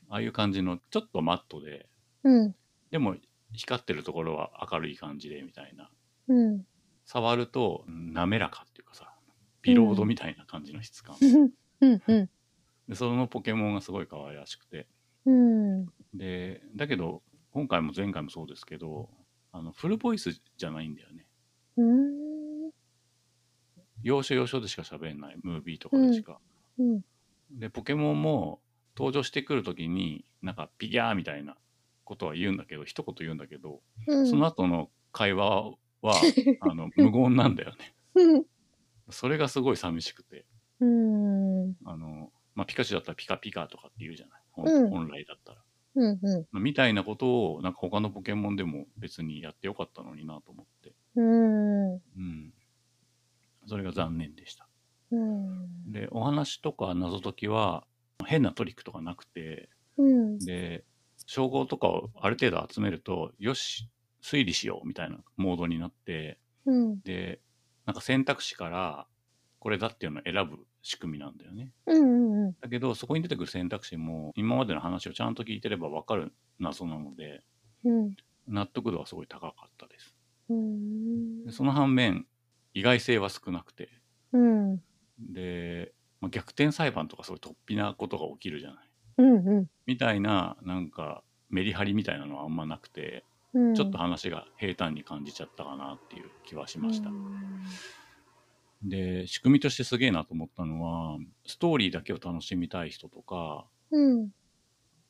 Speaker 2: ああいう感じの、ちょっとマットで、
Speaker 1: うん。
Speaker 2: でも光ってるところは明るい感じで、みたいな。
Speaker 1: うん。
Speaker 2: 触ると、うん滑らかっていうかさ、ビロードみたいな感じの 質感。
Speaker 1: うん。うん。
Speaker 2: で、そのポケモンがすごい可愛らしくて。
Speaker 1: うん。
Speaker 2: で、だけど、今回も前回もそうですけど、あの、フルボイスじゃないんだよね。
Speaker 1: うん。
Speaker 2: 要所要所でしか喋んない、ムービーとかでしか。
Speaker 1: うん。
Speaker 2: でポケモンも登場してくる時になんかピギャーみたいなことは言うんだけど一言言うんだけど、
Speaker 1: うん。
Speaker 2: その後の会話 はあの無言なんだよねそれがすごい寂しくて
Speaker 1: うん。うん。
Speaker 2: あの、まあ、ピカチュウだったらピカピカとかって言うじゃない本,、
Speaker 1: うん
Speaker 2: 本来だったら、
Speaker 1: うん。うん。
Speaker 2: まあみたいなことをなんか他のポケモンでも別にやってよかったのになと思って
Speaker 1: うん。
Speaker 2: うんそれが残念でした
Speaker 1: うん。
Speaker 2: でお話とか謎解きは変なトリックとかなくて
Speaker 1: うん。
Speaker 2: で称号とかをある程度集めるとよし推理しようみたいなモードになって
Speaker 1: うん。
Speaker 2: でなんか選択肢からこれだっていうのを選ぶ仕組みなんだよね
Speaker 1: うん。うん。
Speaker 2: だけどそこに出てくる選択肢も今までの話をちゃんと聞いてれば分かる謎なので
Speaker 1: うん。
Speaker 2: 納得度はすごい高かったです
Speaker 1: うん
Speaker 2: で。その反面意外性は少なくて
Speaker 1: うん。
Speaker 2: で、まあ逆転裁判とかそういう突飛なことが起きるじゃない
Speaker 1: うん。
Speaker 2: みたいななんかメリハリみたいなのはあんまなくて
Speaker 1: うん。
Speaker 2: ちょっと話が平坦に感じちゃったかなっていう気はしました。で、仕組みとしてすげえなと思ったのは、ストーリーだけを楽しみたい人とか、
Speaker 1: うん。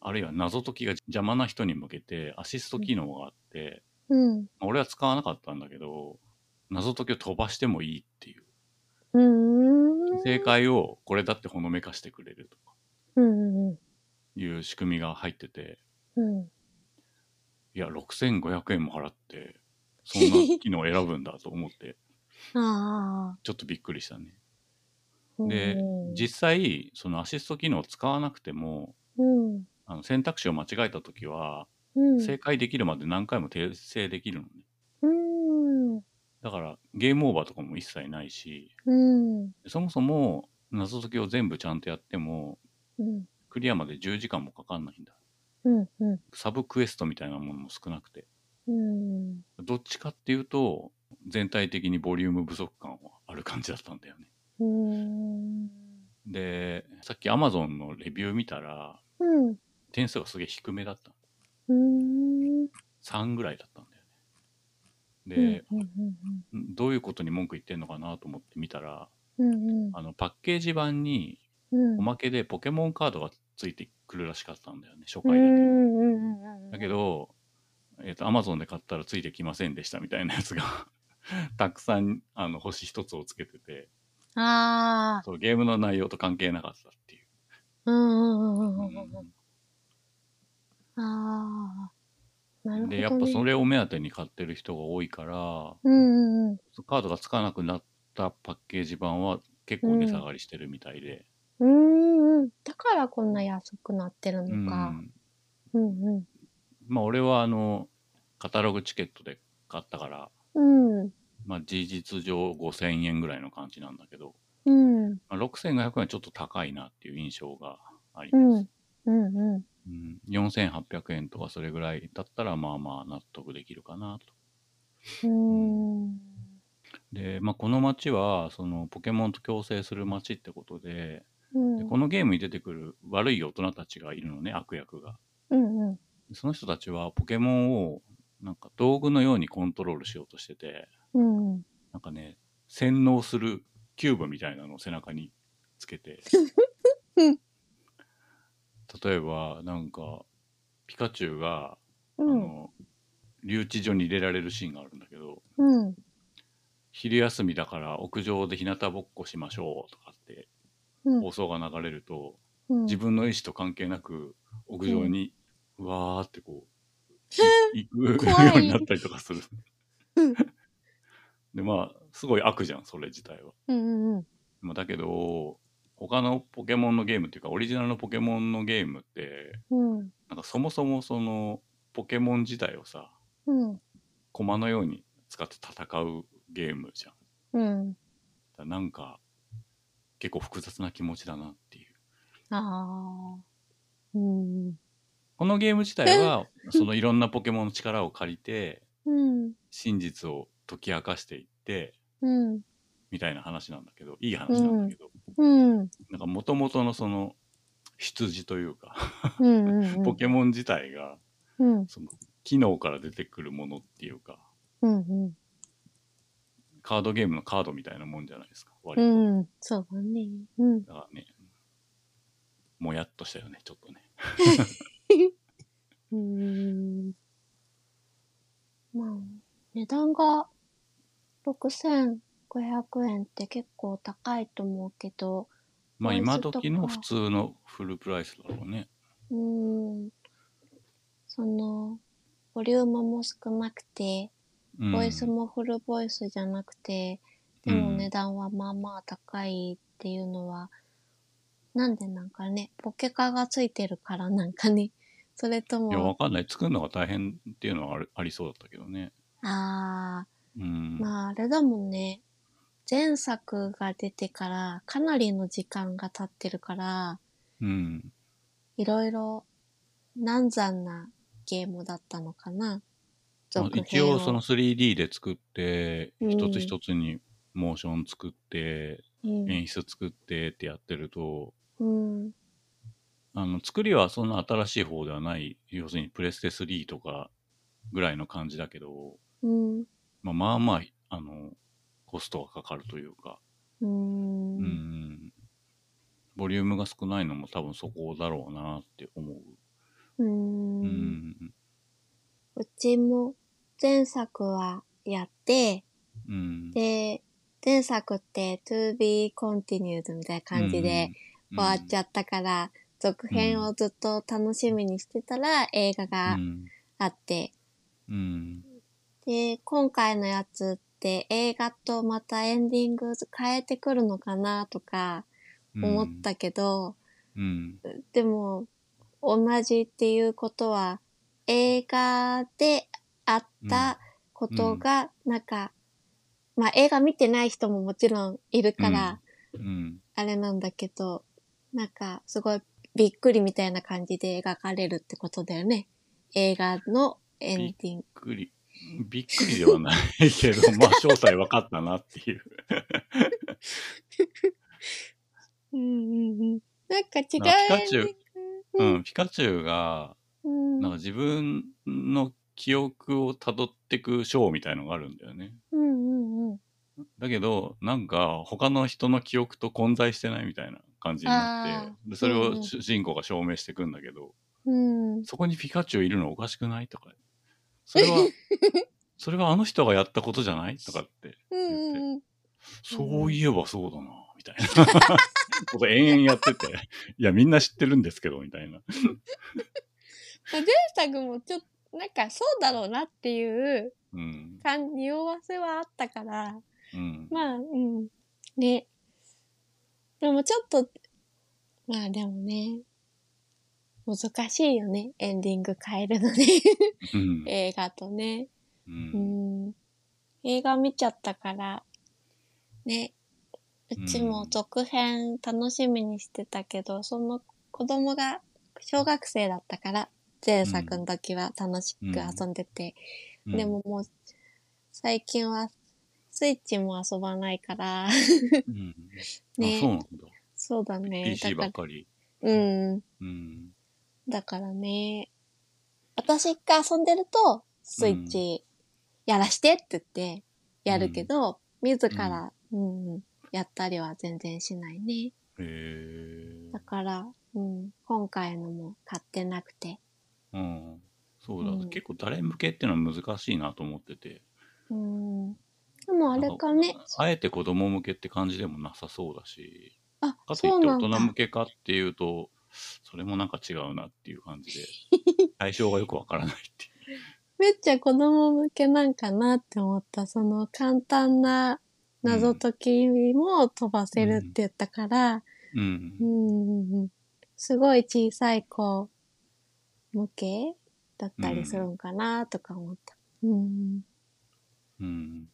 Speaker 2: あるいは謎解きが邪魔な人に向けてアシスト機能があって、
Speaker 1: うん。
Speaker 2: まあ俺は使わなかったんだけど、謎解きを飛ばしてもいいっていう。
Speaker 1: うん。
Speaker 2: 正解をこれだってほのめかしてくれるとか
Speaker 1: うん。うん。
Speaker 2: いう仕組みが入ってて、
Speaker 1: うん。
Speaker 2: いや、6500円も払って、そんな機能を選ぶんだと思って、
Speaker 1: ああ。
Speaker 2: ちょっとびっくりしたね。
Speaker 1: うん
Speaker 2: で、実際、そのアシスト機能を使わなくても、
Speaker 1: うん。
Speaker 2: あの選択肢を間違えたときは、
Speaker 1: うん。
Speaker 2: 正解できるまで何回も訂正できるのね。
Speaker 1: うん。
Speaker 2: だから、ゲームオーバーとかも一切ないし、
Speaker 1: うん。
Speaker 2: そもそも謎解きを全部ちゃんとやっても、
Speaker 1: うん。
Speaker 2: クリアまで10時間もかかんないんだ。
Speaker 1: うん。うん。
Speaker 2: サブクエストみたいなものも少なくて。
Speaker 1: うん。
Speaker 2: どっちかっていうと、全体的にボリューム不足感はある感じだったんだよね。
Speaker 1: うん。
Speaker 2: で、さっき Amazon のレビュー見たら、
Speaker 1: うん。
Speaker 2: 点数がすげえ低めだった。
Speaker 1: うん。
Speaker 2: 3ぐらいだったんだよね。で、
Speaker 1: うん。
Speaker 2: どういうことに文句言ってんのかなと思って見たら、
Speaker 1: うん。
Speaker 2: あのパッケージ版に
Speaker 1: うん。
Speaker 2: おまけでポケモンカードがついてくるらしかったんだよね、初
Speaker 1: う
Speaker 2: 回だけ。
Speaker 1: ん。うん。
Speaker 2: だけど、えっ、と、Amazon で買ったらついてきませんでしたみたいなやつが。 たくさんあの星一つをつけてて
Speaker 1: ああ。
Speaker 2: そうゲームの内容と関係なかったっていう、
Speaker 1: うん。うん。うん。
Speaker 2: うん
Speaker 1: ああ。なるほど、ね。
Speaker 2: でやっぱそれを目当てに買ってる人が多いから
Speaker 1: うん。うん。
Speaker 2: カードがつかなくなったパッケージ版は結構値下がりしてるみたいで、
Speaker 1: うーんうん、だからこんな安くなってる
Speaker 2: う
Speaker 1: のか。
Speaker 2: ん、
Speaker 1: うん
Speaker 2: まあ俺はあのカタログチケットで買ったから、
Speaker 1: うん。うん。
Speaker 2: まあ、事実上5000円ぐらいの感じなんだけど、
Speaker 1: うん。
Speaker 2: まあ、6500円はちょっと高いなっていう印象があり
Speaker 1: う
Speaker 2: ま
Speaker 1: ん
Speaker 2: す、。
Speaker 1: うん。う
Speaker 2: うん4800円とかそれぐらいだったらまあまあ納得できるかなと
Speaker 1: ん。うーん。
Speaker 2: で、まあ、この街は、その、ポケモンと共生する街ってことで、
Speaker 1: うん
Speaker 2: でこのゲームに出てくる悪い大人たちがいるのね、悪役が。
Speaker 1: うんうん
Speaker 2: その人たちはポケモンを、なんか道具のようにコントロールしようとしてて、
Speaker 1: うんうん
Speaker 2: なんかね、洗脳するキューブみたいなのを背中につけ て
Speaker 1: うん。
Speaker 2: 例えば、なんか、ピカチュウが、
Speaker 1: う
Speaker 2: あ
Speaker 1: ん
Speaker 2: の、留置所に入れられるシーンがあるんだけど、
Speaker 1: うん
Speaker 2: 昼休みだから屋上で日向ぼっこしましょうとかって
Speaker 1: うん
Speaker 2: 放送が流れると、
Speaker 1: うん
Speaker 2: 自分の意思と関係なく屋上に、うわーってこう、い行くよ
Speaker 1: 怖いう
Speaker 2: になったりとかする
Speaker 1: うん。
Speaker 2: で、まあ、すごい悪じゃん、それ自体は。
Speaker 1: うんうんうん
Speaker 2: まあ、だけど、他のポケモンのゲームっていうか、オリジナルのポケモンのゲームって、
Speaker 1: うん
Speaker 2: なんかそもそもその、ポケモン自体をさ、
Speaker 1: うん
Speaker 2: 駒のように使って戦うゲームじゃん。だ
Speaker 1: うん
Speaker 2: からなんか、結構複雑な気持ちだなっていう。
Speaker 1: あーうん
Speaker 2: このゲーム自体は、 そのいろんなポケモンの力を借りて、
Speaker 1: うん
Speaker 2: 真実を解き明かしていって、
Speaker 1: うん
Speaker 2: みたいな話なんだけど、いい話なんだけど、
Speaker 1: うん
Speaker 2: なんか元々のその、羊というか、
Speaker 1: うんうんうん
Speaker 2: ポケモン自体が、
Speaker 1: うん
Speaker 2: その、機能から出てくるものっていうか、
Speaker 1: うん
Speaker 2: カードゲームのカードみたいなもんじゃないですか、
Speaker 1: う
Speaker 2: 割と。
Speaker 1: んうんそうだねうん
Speaker 2: だからね、もやっとしたよね、ちょっとね。
Speaker 1: うーんまあ、値段が6500円って結構高いと思うけど、
Speaker 2: まあ
Speaker 1: ボイス
Speaker 2: 今時の
Speaker 1: とか
Speaker 2: 普通のフルプライスだろうね。
Speaker 1: うーん、その、ボリュームも少なくて、
Speaker 2: うん
Speaker 1: ボイスもフルボイスじゃなくて、でも
Speaker 2: うん
Speaker 1: 値段はまあまあ高いっていうのは、なんでなんかね、ポケカがついてるからなんかね、 それと
Speaker 2: いや、わ
Speaker 1: も、
Speaker 2: かんない。作るのが大変っていうのはあるありそうだったけどね。
Speaker 1: あー、
Speaker 2: うん。
Speaker 1: まああれだもんね。前作が出てからかなりの時間が経ってるから、
Speaker 2: うん。
Speaker 1: いろいろ難産なゲームだったのかな。
Speaker 2: まあ
Speaker 1: 続
Speaker 2: 一
Speaker 1: 編を
Speaker 2: 応その 3D で作って、
Speaker 1: うん
Speaker 2: 一つ一つにモーション作って、
Speaker 1: うん
Speaker 2: 演出作ってってやってると、
Speaker 1: うん
Speaker 2: あの、作りはそんな新しい方ではない、要するにプレステ3とかぐらいの感じだけど、
Speaker 1: うん
Speaker 2: まあまあまあ、あの、コストがかかるというか、
Speaker 1: う
Speaker 2: うんんボリュームが少ないのも多分そこだろうなって思
Speaker 1: う
Speaker 2: う。うんん。
Speaker 1: うちも前作はやって、
Speaker 2: うん。
Speaker 1: で、前作って to be continued みたいな感じで、
Speaker 2: うん、
Speaker 1: 終わっちゃったから、続編をずっと楽しみにしてたら映画
Speaker 2: う
Speaker 1: が
Speaker 2: ん。
Speaker 1: あって、
Speaker 2: うん。
Speaker 1: で、今回のやつって映画とまたエンディング変えてくるのかなとか
Speaker 2: うん
Speaker 1: 思っ。たけど、
Speaker 2: うん。
Speaker 1: でも同じっていうことは映画であったことがなんか、まあ映画見てない人ももちろんいるから
Speaker 2: うん。
Speaker 1: あれなんだけど、なんかすごいびっくりみたいな感じで描かれるってことだよね。映画のエンディング。
Speaker 2: びっくり。びっくりではないけ ど、まあ、詳細分かったなっていう。
Speaker 1: うんうんうん。なんか違う
Speaker 2: なんかピカチュウ
Speaker 1: エンディン
Speaker 2: う
Speaker 1: グ。
Speaker 2: ん。ピカチュウが、
Speaker 1: うん。
Speaker 2: なんか自分の記憶を辿ってくショーみたいのがあるんだよね。
Speaker 1: うんうんうん。
Speaker 2: だけど、なんか、他の人の記憶と混在してないみたいな感じになって
Speaker 1: あ、
Speaker 2: でそれ
Speaker 1: うんう
Speaker 2: を
Speaker 1: ん
Speaker 2: 主人公が証明していくんだけど、
Speaker 1: うん。
Speaker 2: そこにピカチュウいるのおかしく ないとか、それは、それはあの人がやったことじゃないとかって、
Speaker 1: うんうんうん。
Speaker 2: そういえばそうだな、みたいなこと延々やってて、いや、みんな知ってるんですけど、みたいな。
Speaker 1: タグもちょっと、なんかそうだろうなっていう
Speaker 2: うん。
Speaker 1: 感、匂わせはあったから、
Speaker 2: うん。
Speaker 1: まあ、うん。ね。でもちょっと、まあでもね、難しいよね。エンディング変えるのね。
Speaker 2: うん。
Speaker 1: 映画とね。
Speaker 2: う。
Speaker 1: うんん。映画見ちゃったから、ね。うちも続編楽しみにしてたけど、その子供が小学生だったから、前作の時は楽しく遊んでて、でももう最近はスイッチも遊ばない から、
Speaker 2: うん
Speaker 1: ね
Speaker 2: あそうなんだ。
Speaker 1: そうだね。
Speaker 2: PC ば
Speaker 1: だ
Speaker 2: っ
Speaker 1: か
Speaker 2: かり。
Speaker 1: ら、うん。
Speaker 2: うん。
Speaker 1: だからね。私が遊んでると、スイッチやらしてって言ってやるけど、自ら、うん、うん、やったりは全然しないね。
Speaker 2: へえ
Speaker 1: だ。から、うん、今回のも買ってなくて。
Speaker 2: うん。そうだ、
Speaker 1: うん
Speaker 2: 結構誰向けっていうのは難しいなと思ってて。
Speaker 1: うん。でもあれかね。
Speaker 2: あえて子供向けって感じでもなさそうだし、
Speaker 1: あ、
Speaker 2: かとい
Speaker 1: そ
Speaker 2: っ
Speaker 1: う
Speaker 2: て
Speaker 1: な
Speaker 2: 大
Speaker 1: んだ
Speaker 2: 人。向けかっていうと、それもなんか違うなっていう感じ で、対象がよくわからないっていう。
Speaker 1: めっちゃ子供向けなんかなって思った。その簡単な謎解きも飛ばせるって言ったから、
Speaker 2: うん
Speaker 1: う。ん、うんうんすごい小さい子向けだったりするんかなとか思った。うん。
Speaker 2: うん。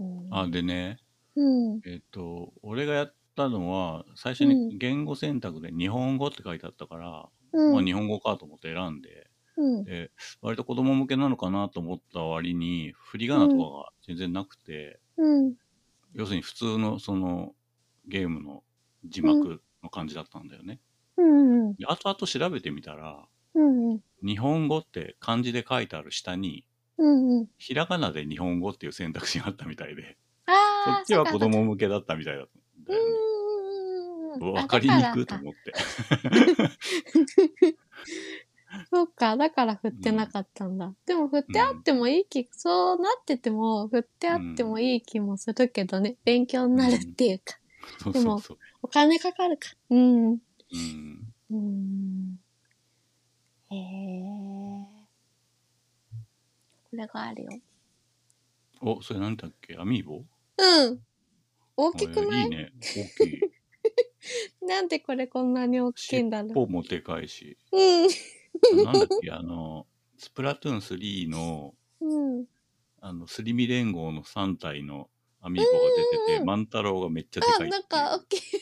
Speaker 1: うん。
Speaker 2: あ、でね、
Speaker 1: うん。
Speaker 2: えっ、と、俺がやったのは、最初
Speaker 1: う
Speaker 2: に
Speaker 1: ん
Speaker 2: 言語選択で日本語って書いてあったから、
Speaker 1: う
Speaker 2: まあ
Speaker 1: ん。
Speaker 2: 日本語かと思って選んで、
Speaker 1: うん。
Speaker 2: で、割と子供向けなのかなと思った割に、振り仮名とかが全然なくて、
Speaker 1: うん。
Speaker 2: 要するに普通のそのゲームの字幕の感じだったんだよね。
Speaker 1: うん。うん
Speaker 2: で後々調べてみたら、
Speaker 1: うん。
Speaker 2: 日本語って漢字で書いてある下に、
Speaker 1: うん。うん。
Speaker 2: ひらがなで日本語っていう選択肢があったみたいで、そ
Speaker 1: ああ
Speaker 2: っ、ちは子供向けだったみたいだった
Speaker 1: う
Speaker 2: よね。
Speaker 1: んうんうん。
Speaker 2: わかりにくい
Speaker 1: い
Speaker 2: と思って。
Speaker 1: そっか、だから振ってなかったんだ。でも振ってあってもいい気、そうなってても、振ってあってもいい気もするけどね、勉強になるっていうか、
Speaker 2: そう
Speaker 1: で
Speaker 2: そ
Speaker 1: も
Speaker 2: うそう。
Speaker 1: お金かかるか。うん。う
Speaker 2: う
Speaker 1: ー
Speaker 2: ん。
Speaker 1: ん。へえこれがあるよ。
Speaker 2: お、それなんだっけアミーボ
Speaker 1: うん。大きく
Speaker 2: こ
Speaker 1: な
Speaker 2: れ
Speaker 1: い
Speaker 2: いいね。大きい。
Speaker 1: なんでこれこんなに大きいんだろう。
Speaker 2: ポもでかいし。
Speaker 1: うん。
Speaker 2: なんだっけ、あの、スプラトゥーン3の、
Speaker 1: うん。
Speaker 2: あの、すり身連合の3体のアミーボが出てて、万太郎がめっちゃでか
Speaker 1: あ、
Speaker 2: い
Speaker 1: なんか大
Speaker 2: っ
Speaker 1: きい。
Speaker 2: ていう。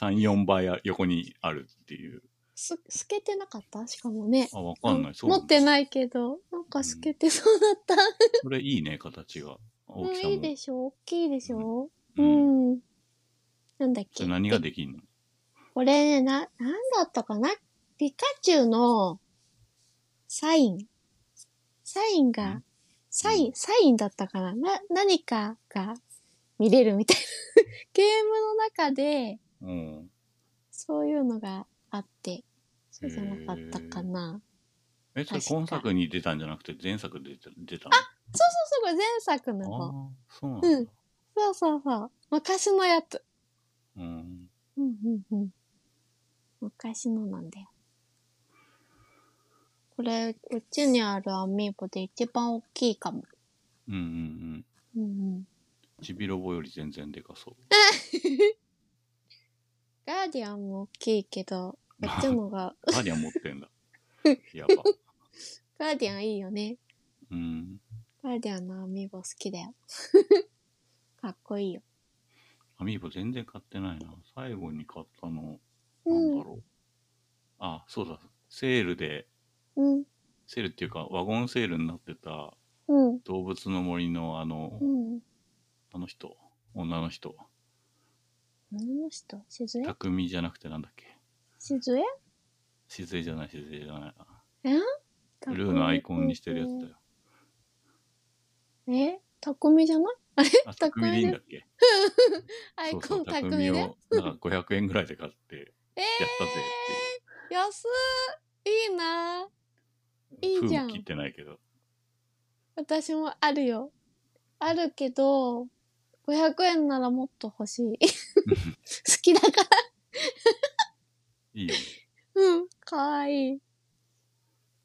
Speaker 2: 3、4倍あ横にあるっていう。
Speaker 1: す、透けてなかったしかもね。
Speaker 2: あ、わかんない。そう
Speaker 1: 持
Speaker 2: な
Speaker 1: っ
Speaker 2: んだ
Speaker 1: てないけど、なんか透けてそうだった。
Speaker 2: これいいね、形が。
Speaker 1: う
Speaker 2: 大
Speaker 1: ん、
Speaker 2: きさ
Speaker 1: いい
Speaker 2: も。
Speaker 1: でしょ大きいでしょう
Speaker 2: うん。
Speaker 1: ん。なんだっ
Speaker 2: そ
Speaker 1: け
Speaker 2: れ何ができんの
Speaker 1: これね、な、なんだったかなピカチュウのサイン。サイン
Speaker 2: う
Speaker 1: が
Speaker 2: ん、
Speaker 1: サイン、サインだったかなな、何かが見れるみたいな。 ゲームの中で、
Speaker 2: うん。
Speaker 1: そういうのがあって、そうじゃなかったかな。
Speaker 2: え、それ
Speaker 1: 確か
Speaker 2: 今作に出たんじゃなくて前作で出た出た
Speaker 1: そうそう、これ前作の
Speaker 2: の
Speaker 1: 方。
Speaker 2: ああ、そうなんだ。
Speaker 1: うんそうそうそう。昔のやつ。
Speaker 2: うん。
Speaker 1: うんうんうん。昔のなんだよ。これ、うちにあるアミーボで一番大きいかも。
Speaker 2: うんうんうん。
Speaker 1: うんうん。
Speaker 2: ちびロボより全然でかそう。
Speaker 1: ガーディアンも大きいけど、こっちのが、
Speaker 2: ガーディアン持って んだ。やば。
Speaker 1: ガーディアンいいよね。
Speaker 2: うん。
Speaker 1: ガーディアンのアミーボ好きだよ。かっこいいよ。
Speaker 2: アミーボ全然買ってないな。最後に買ったの、なん
Speaker 1: う
Speaker 2: だ
Speaker 1: ん。
Speaker 2: ろう。あ、そうだ。セールで、
Speaker 1: うん。
Speaker 2: セールっていうか、ワゴンセールになってた
Speaker 1: うん。
Speaker 2: 動物の森のあの、
Speaker 1: うん。
Speaker 2: あの人、女の人、
Speaker 1: 何の人しずえ
Speaker 2: 匠じゃなくてなんだっけ。
Speaker 1: しずえ
Speaker 2: しずえじゃない、しずえじゃない。
Speaker 1: たこみ
Speaker 2: ルーのアイコンにしてるやつだよ。
Speaker 1: えたこみじゃない
Speaker 2: あ、
Speaker 1: たこみ
Speaker 2: 匠でいいんだっけ。
Speaker 1: アイ
Speaker 2: そう
Speaker 1: コ
Speaker 2: そう、
Speaker 1: ンたこ
Speaker 2: 匠
Speaker 1: みね。
Speaker 2: を、なんか500円ぐらいで買って、
Speaker 1: え
Speaker 2: やったぜ
Speaker 1: ー、安いいいな
Speaker 2: っ
Speaker 1: えー
Speaker 2: てい。
Speaker 1: いいうじ
Speaker 2: 風
Speaker 1: ゃん
Speaker 2: も切ってないけど。
Speaker 1: 私もあるよ。あるけど、500円ならもっと欲しい。 好きだから。
Speaker 2: いいよね。
Speaker 1: うん、かわいい。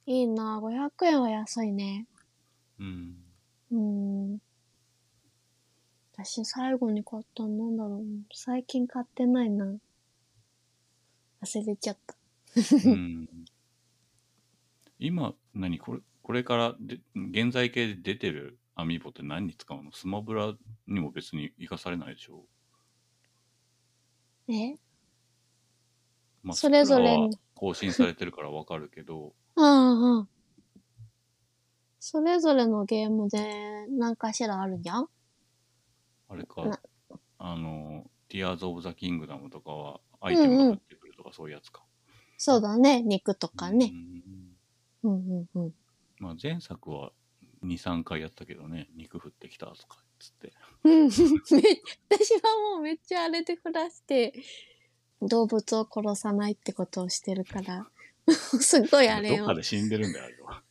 Speaker 1: いいなぁ、500円は安いね。
Speaker 2: うん。
Speaker 1: うーん。私最後に買ったのなんだろう。最近買ってないな。忘れちゃった。
Speaker 2: うん今、何これ、これからで、現在形で出てるアミーボって何に使うのスマブラにも別に生かされないでしょ
Speaker 1: え
Speaker 2: ま
Speaker 1: それぞれ
Speaker 2: スプラは更新されてるからわかるけど、
Speaker 1: うんうん。それぞれのゲームで何かしらあるじゃん
Speaker 2: あれか
Speaker 1: な、
Speaker 2: あの、ティアーズ・オブ・ザ・キングダムとかは、アイテムが入ってくるとか、そういうやつか。
Speaker 1: そうだね。肉とかね
Speaker 2: う。ん
Speaker 1: うんうんうん。
Speaker 2: まあ、前作は2、3回やったけどね、肉降ってきたとか、つって。
Speaker 1: うん、め 私はもうめっちゃあれで降らして、動物を殺さないってことをしてるから、 すごいあれ
Speaker 2: ど
Speaker 1: を
Speaker 2: っか、で死んでるんだよ、あれは。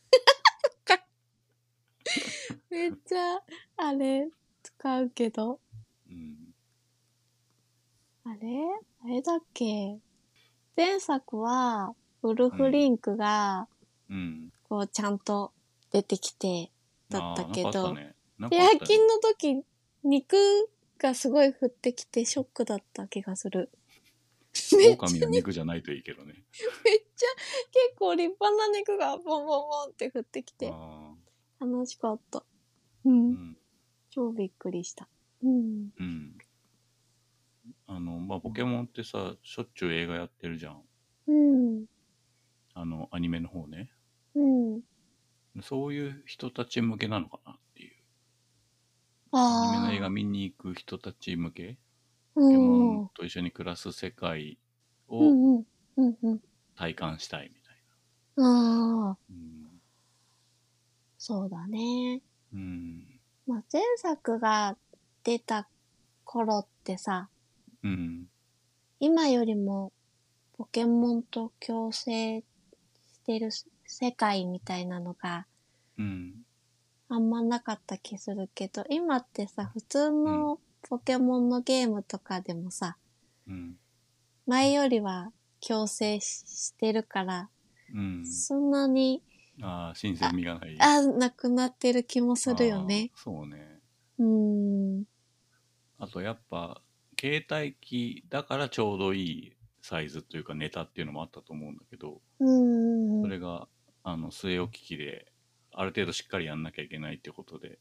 Speaker 1: めっちゃあれ使うけど、
Speaker 2: うん。
Speaker 1: あれあれだっけ前作は、ウルフリンクが、
Speaker 2: うん。
Speaker 1: こう、ちゃんと出てきて、だ
Speaker 2: あ
Speaker 1: った
Speaker 2: あ
Speaker 1: け
Speaker 2: なんかあっ
Speaker 1: ど
Speaker 2: た、ね。なん
Speaker 1: で
Speaker 2: かあっ
Speaker 1: 夜
Speaker 2: たね
Speaker 1: 勤の時、肉がすごい降ってきてショックだった気がす る。めっちゃ、
Speaker 2: 狼の肉じゃないといいけどね。
Speaker 1: めっちゃ、結構立派な肉がボンボンボンって降ってきて、
Speaker 2: あ
Speaker 1: 楽しかった。う、
Speaker 2: ーうんん。
Speaker 1: 超びっくりした。うん。
Speaker 2: うん。あの、まあ、ポケモンってさ、しょっちゅう映画やってるじゃん。
Speaker 1: うん。
Speaker 2: あの、アニメの方ね。
Speaker 1: うん。
Speaker 2: そういう人たち向けなのかなっていう。アニ
Speaker 1: あ
Speaker 2: メ
Speaker 1: あ。
Speaker 2: の映画見に行く人たち向け、ポケ
Speaker 1: うん
Speaker 2: モンと一緒に暮らす世界
Speaker 1: う
Speaker 2: を
Speaker 1: んうん。うんうん。
Speaker 2: 体感したいみたい
Speaker 1: ああ、
Speaker 2: な。
Speaker 1: そうだね。
Speaker 2: うん。うん。
Speaker 1: まあ、前作が出た頃ってさ、
Speaker 2: うん。
Speaker 1: 今よりもポケモンと共生してる世界みたいなのが
Speaker 2: うん。
Speaker 1: あんまなかった気するけど、今ってさ、普通のポケモンのゲームとかでもさ、
Speaker 2: うん。
Speaker 1: 前よりは共生ししてるから、
Speaker 2: うん。
Speaker 1: そんなに、
Speaker 2: ああ、新鮮味がない。
Speaker 1: あ、なくなってる気もするよね。
Speaker 2: あー。そうね。
Speaker 1: うーん。
Speaker 2: あとやっぱ、携帯機だからちょうどいいサイズというかネタっていうのもあったと思うんだけど、
Speaker 1: うんうん
Speaker 2: そ
Speaker 1: うん。
Speaker 2: れが、あの、据え置き機で、ある程度しっかりやんなきゃいけないってことで、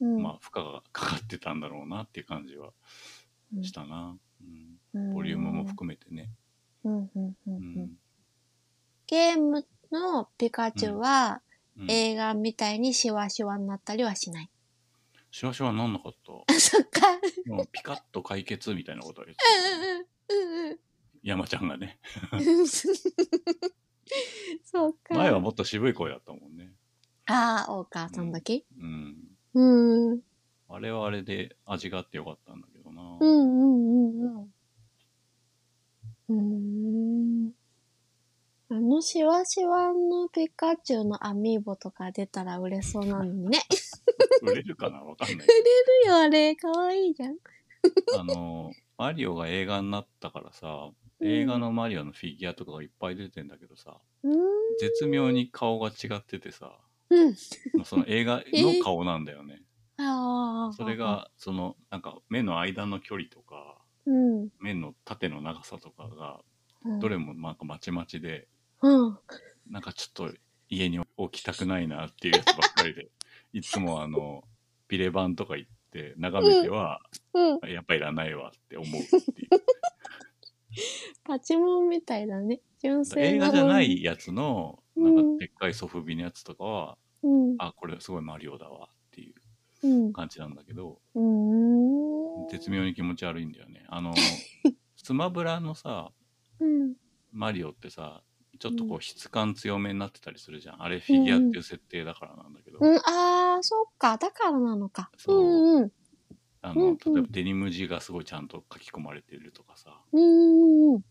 Speaker 1: うん
Speaker 2: まあ、負荷がかかってたんだろうなっていう感じはしたな。うんボリュームも含めてね。
Speaker 1: うんうんうんう
Speaker 2: うんん
Speaker 1: ゲームのピカチュウは、
Speaker 2: うん
Speaker 1: 映画みたいにシワシワになったりはし ない。
Speaker 2: シワシワになんなかった。
Speaker 1: あ、そっか。
Speaker 2: でもピカッと解決みたいなことは言ってたね
Speaker 1: うんうんうんうん
Speaker 2: 山ちゃんがね。
Speaker 1: うん。 そうか。
Speaker 2: 前はもっと渋い声だったもんね。
Speaker 1: ああ、大川さんだけ、
Speaker 2: うん。
Speaker 1: うん、うん
Speaker 2: あれはあれで味があってよかったんだけどな。
Speaker 1: うんうんうん。うーん。あのシワシワのピカチュウのアミーボとか出たら売れそうなのに ね。
Speaker 2: 売れるかなわか んない。
Speaker 1: 売れるよ、あれ。かわいいじゃん。
Speaker 2: あの、マリオが映画になったからさ、映画のマリオのフィギュアとかがいっぱい出てんだけどさ、
Speaker 1: うん。
Speaker 2: 絶妙に顔が違っててさ、
Speaker 1: うん。
Speaker 2: まあその映画の顔なんだよね。
Speaker 1: ああ。
Speaker 2: それ。が、その、なんか目の間の距離とか、
Speaker 1: うん。
Speaker 2: 目の縦の長さとかが、どれもなんかまちまちで、
Speaker 1: うん。
Speaker 2: なんかちょっと家に置きたくないなっていうやつばっかりで、いつもあの、ビレバンとか行って眺めては、
Speaker 1: うん。
Speaker 2: やっぱいらないわって思うっていう。
Speaker 1: パチモンみたいだね。純正
Speaker 2: 映
Speaker 1: な
Speaker 2: 画じゃな。いやつの、
Speaker 1: う
Speaker 2: なんんかでっかいソフビのやつとかは、
Speaker 1: うん。
Speaker 2: あ、これすごいマリオだわっていう
Speaker 1: うん。
Speaker 2: 感じなんだけど、
Speaker 1: うん。
Speaker 2: 絶妙に気持ち悪いんだよね。あ の、スマブラのさ、
Speaker 1: うん。
Speaker 2: マリオってさ、ちょっとこ
Speaker 1: う
Speaker 2: う質感強めになってたりするじゃん。あれフィギュアっていう設定だからなんだけど、
Speaker 1: うん、ああ、そっか。だからなのか。う
Speaker 2: そうん
Speaker 1: うん。
Speaker 2: あ
Speaker 1: うんう
Speaker 2: の
Speaker 1: ん、
Speaker 2: 例えばデニム地がすごいちゃんと書き込まれてるとかさ、
Speaker 1: うんうん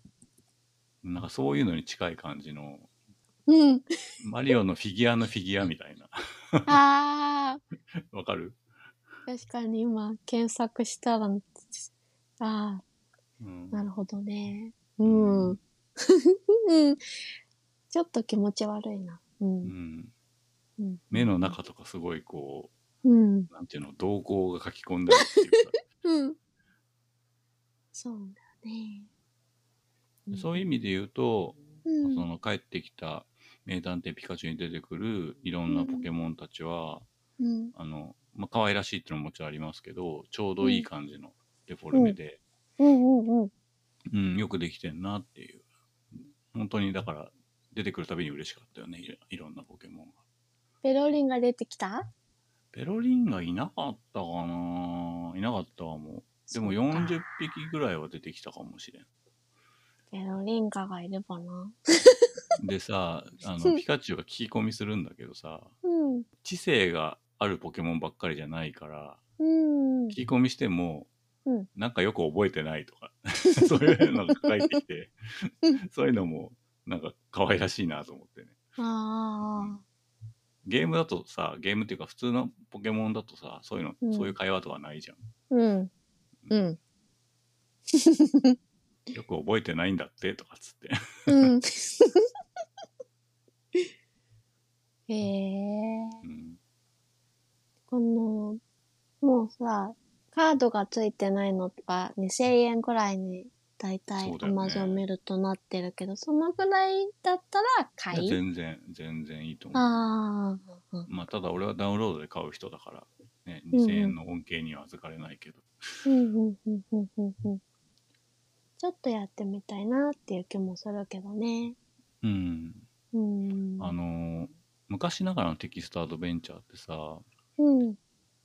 Speaker 2: なんかそういうのに近い感じの、
Speaker 1: うん。うん。
Speaker 2: マリオのフィギュアのフィギュアみたいな。
Speaker 1: ああ、
Speaker 2: わかる
Speaker 1: 確かに今、検索したら、あ
Speaker 2: うん
Speaker 1: あ、なるほどね。うん。 うん。ちょっと気持ち悪いな。う。
Speaker 2: うんん。
Speaker 1: うん
Speaker 2: 目の。中とかすごいこ
Speaker 1: うん。
Speaker 2: う、なんていうの、瞳孔が書き込んでるっていうか。
Speaker 1: うん。そうだね。
Speaker 2: そういう意味で言うと、
Speaker 1: う
Speaker 2: そ
Speaker 1: ん。
Speaker 2: の帰ってきた名探偵ピカチュウに出てくるいろんなポケモンたちは、
Speaker 1: うん。
Speaker 2: あの、まあ、可愛らしいっていうのももちろんありますけど、ちょうどいい感じのデフォルメで、
Speaker 1: うんうんうん。
Speaker 2: うん、よくできてんなっていう。本当にだから、出てくるたびに嬉しかったよね、いろいろんなポケモンが。
Speaker 1: ペロリンが出てきた
Speaker 2: ペロリンがいなかったかなないなかったわ、もう。でも
Speaker 1: そっか
Speaker 2: 40匹ぐらいは出てきたかもしれん。
Speaker 1: けど、リンカがいればな。
Speaker 2: でさ、あの、ピカチュウが聞き込みするんだけどさ、
Speaker 1: うん。
Speaker 2: 知性があるポケモンばっかりじゃないから、
Speaker 1: うん。
Speaker 2: 聞き込みしても、
Speaker 1: うん
Speaker 2: なんかよく覚えてないと か、そういうのが書いてきて
Speaker 1: う、
Speaker 2: そういうのも、なんか可愛らしいなと思ってね。
Speaker 1: あ
Speaker 2: ゲームだとさ、ゲームっていうか普通のポケモンだとさ、そういうの、
Speaker 1: うん
Speaker 2: そういう会話とかないじゃん。
Speaker 1: あ。うん。うん。
Speaker 2: よく覚えてないんだってとかっつって。
Speaker 1: うん。 へえ。
Speaker 2: うん、
Speaker 1: この、もうさ、カードがついてないのが2000円くらいに、だいたい
Speaker 2: そうだよね
Speaker 1: Amazon 見るとなってるけど、そ,、のぐらいだったら買
Speaker 2: いや
Speaker 1: い
Speaker 2: 全然、全然いいと思う。
Speaker 1: ああ。
Speaker 2: まあ、ただ俺はダウンロードで買う人だから、ね、
Speaker 1: うんうん
Speaker 2: 2000円の恩恵には預かれないけど。
Speaker 1: うんうんうんうんうんうん。ちょっとやってみたいなっていう気もするけどね。
Speaker 2: うん。
Speaker 1: うん。
Speaker 2: あのー昔ながらのテキストアドベンチャーってさ、
Speaker 1: うん。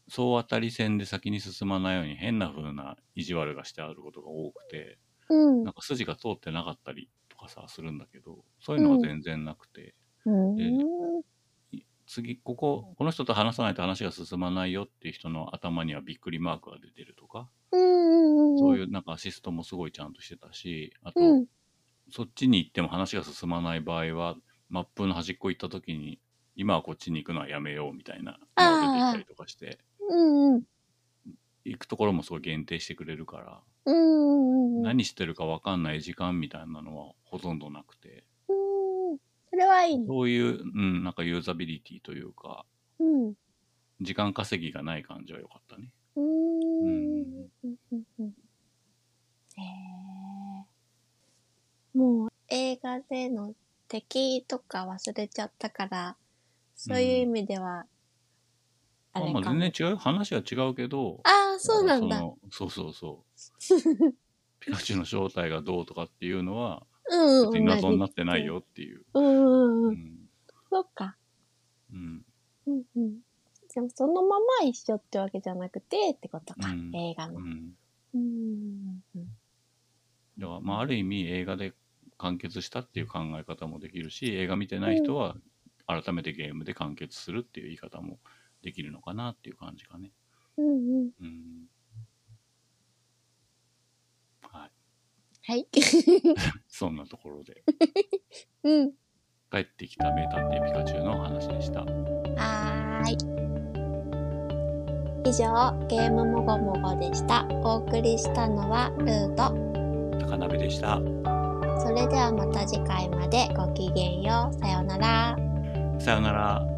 Speaker 2: 総当たり戦で先に進まないように変な風な意地悪がしてあることが多くて、
Speaker 1: うん
Speaker 2: なん。か筋が通ってなかったりとかさ、するんだけど、そういうのが全然なくて、
Speaker 1: うん。
Speaker 2: 次、ここ、この人と話さないと話が進まないよっていう人の頭にはびっくりマークが出てるとか、
Speaker 1: うん。。
Speaker 2: そういううなんかアシストもすごいちゃんとしてたし、あと、
Speaker 1: うん。
Speaker 2: そっちに行っても話が進まない場合は、マップの端っこ行った時に、今はこっちに行くのはやめようみたいなのが出てきたりとかして、
Speaker 1: うん。うん。
Speaker 2: 行くところもすごい限定してくれるか
Speaker 1: う
Speaker 2: ら、
Speaker 1: ん。
Speaker 2: 何してるかわかんない時間みたいなのはほとんどなくて、
Speaker 1: うん。それはいいね。
Speaker 2: そういう、うん、なんかユーザビリティというか、
Speaker 1: うん。
Speaker 2: 時間稼ぎがない感じは良かったね。
Speaker 1: うん。へえ。もう映画での敵とか忘れちゃったから、そういう意味では、あれ
Speaker 2: まあ、
Speaker 1: か
Speaker 2: まあ
Speaker 1: も。
Speaker 2: 全然違う、話は違うけど、
Speaker 1: ああ、そうなんだ。
Speaker 2: のそうそうそう。ピカチュウの正体がどうとかっていうのは、
Speaker 1: うん
Speaker 2: 別
Speaker 1: う
Speaker 2: に
Speaker 1: ん。
Speaker 2: 謎になってないよっていう。
Speaker 1: うんうん
Speaker 2: う
Speaker 1: うん。
Speaker 2: ん。
Speaker 1: そうか。
Speaker 2: うん。
Speaker 1: うんうん。でもそのまま一緒ってわけじゃなくてってことか。
Speaker 2: うん
Speaker 1: 映画
Speaker 2: う
Speaker 1: の。
Speaker 2: ん。
Speaker 1: うん。うん
Speaker 2: だから、まあ、ある意味映画で完結したっていう考え方もできるし、映画見てない人は、改めてゲームで完結するっていう言い方もできるのかなっていう感じかね。
Speaker 1: うんうん。
Speaker 2: うん。はい。
Speaker 1: はい。
Speaker 2: そんなところで、
Speaker 1: うん。
Speaker 2: 帰ってきた名探偵ピカチュウのお話でした。
Speaker 1: はーい。以上、ゲームもごもごでした。お送りしたのはルート。
Speaker 2: 高鍋でした。
Speaker 1: それではまた次回までごきげんよう。さようなら。
Speaker 2: さよなら。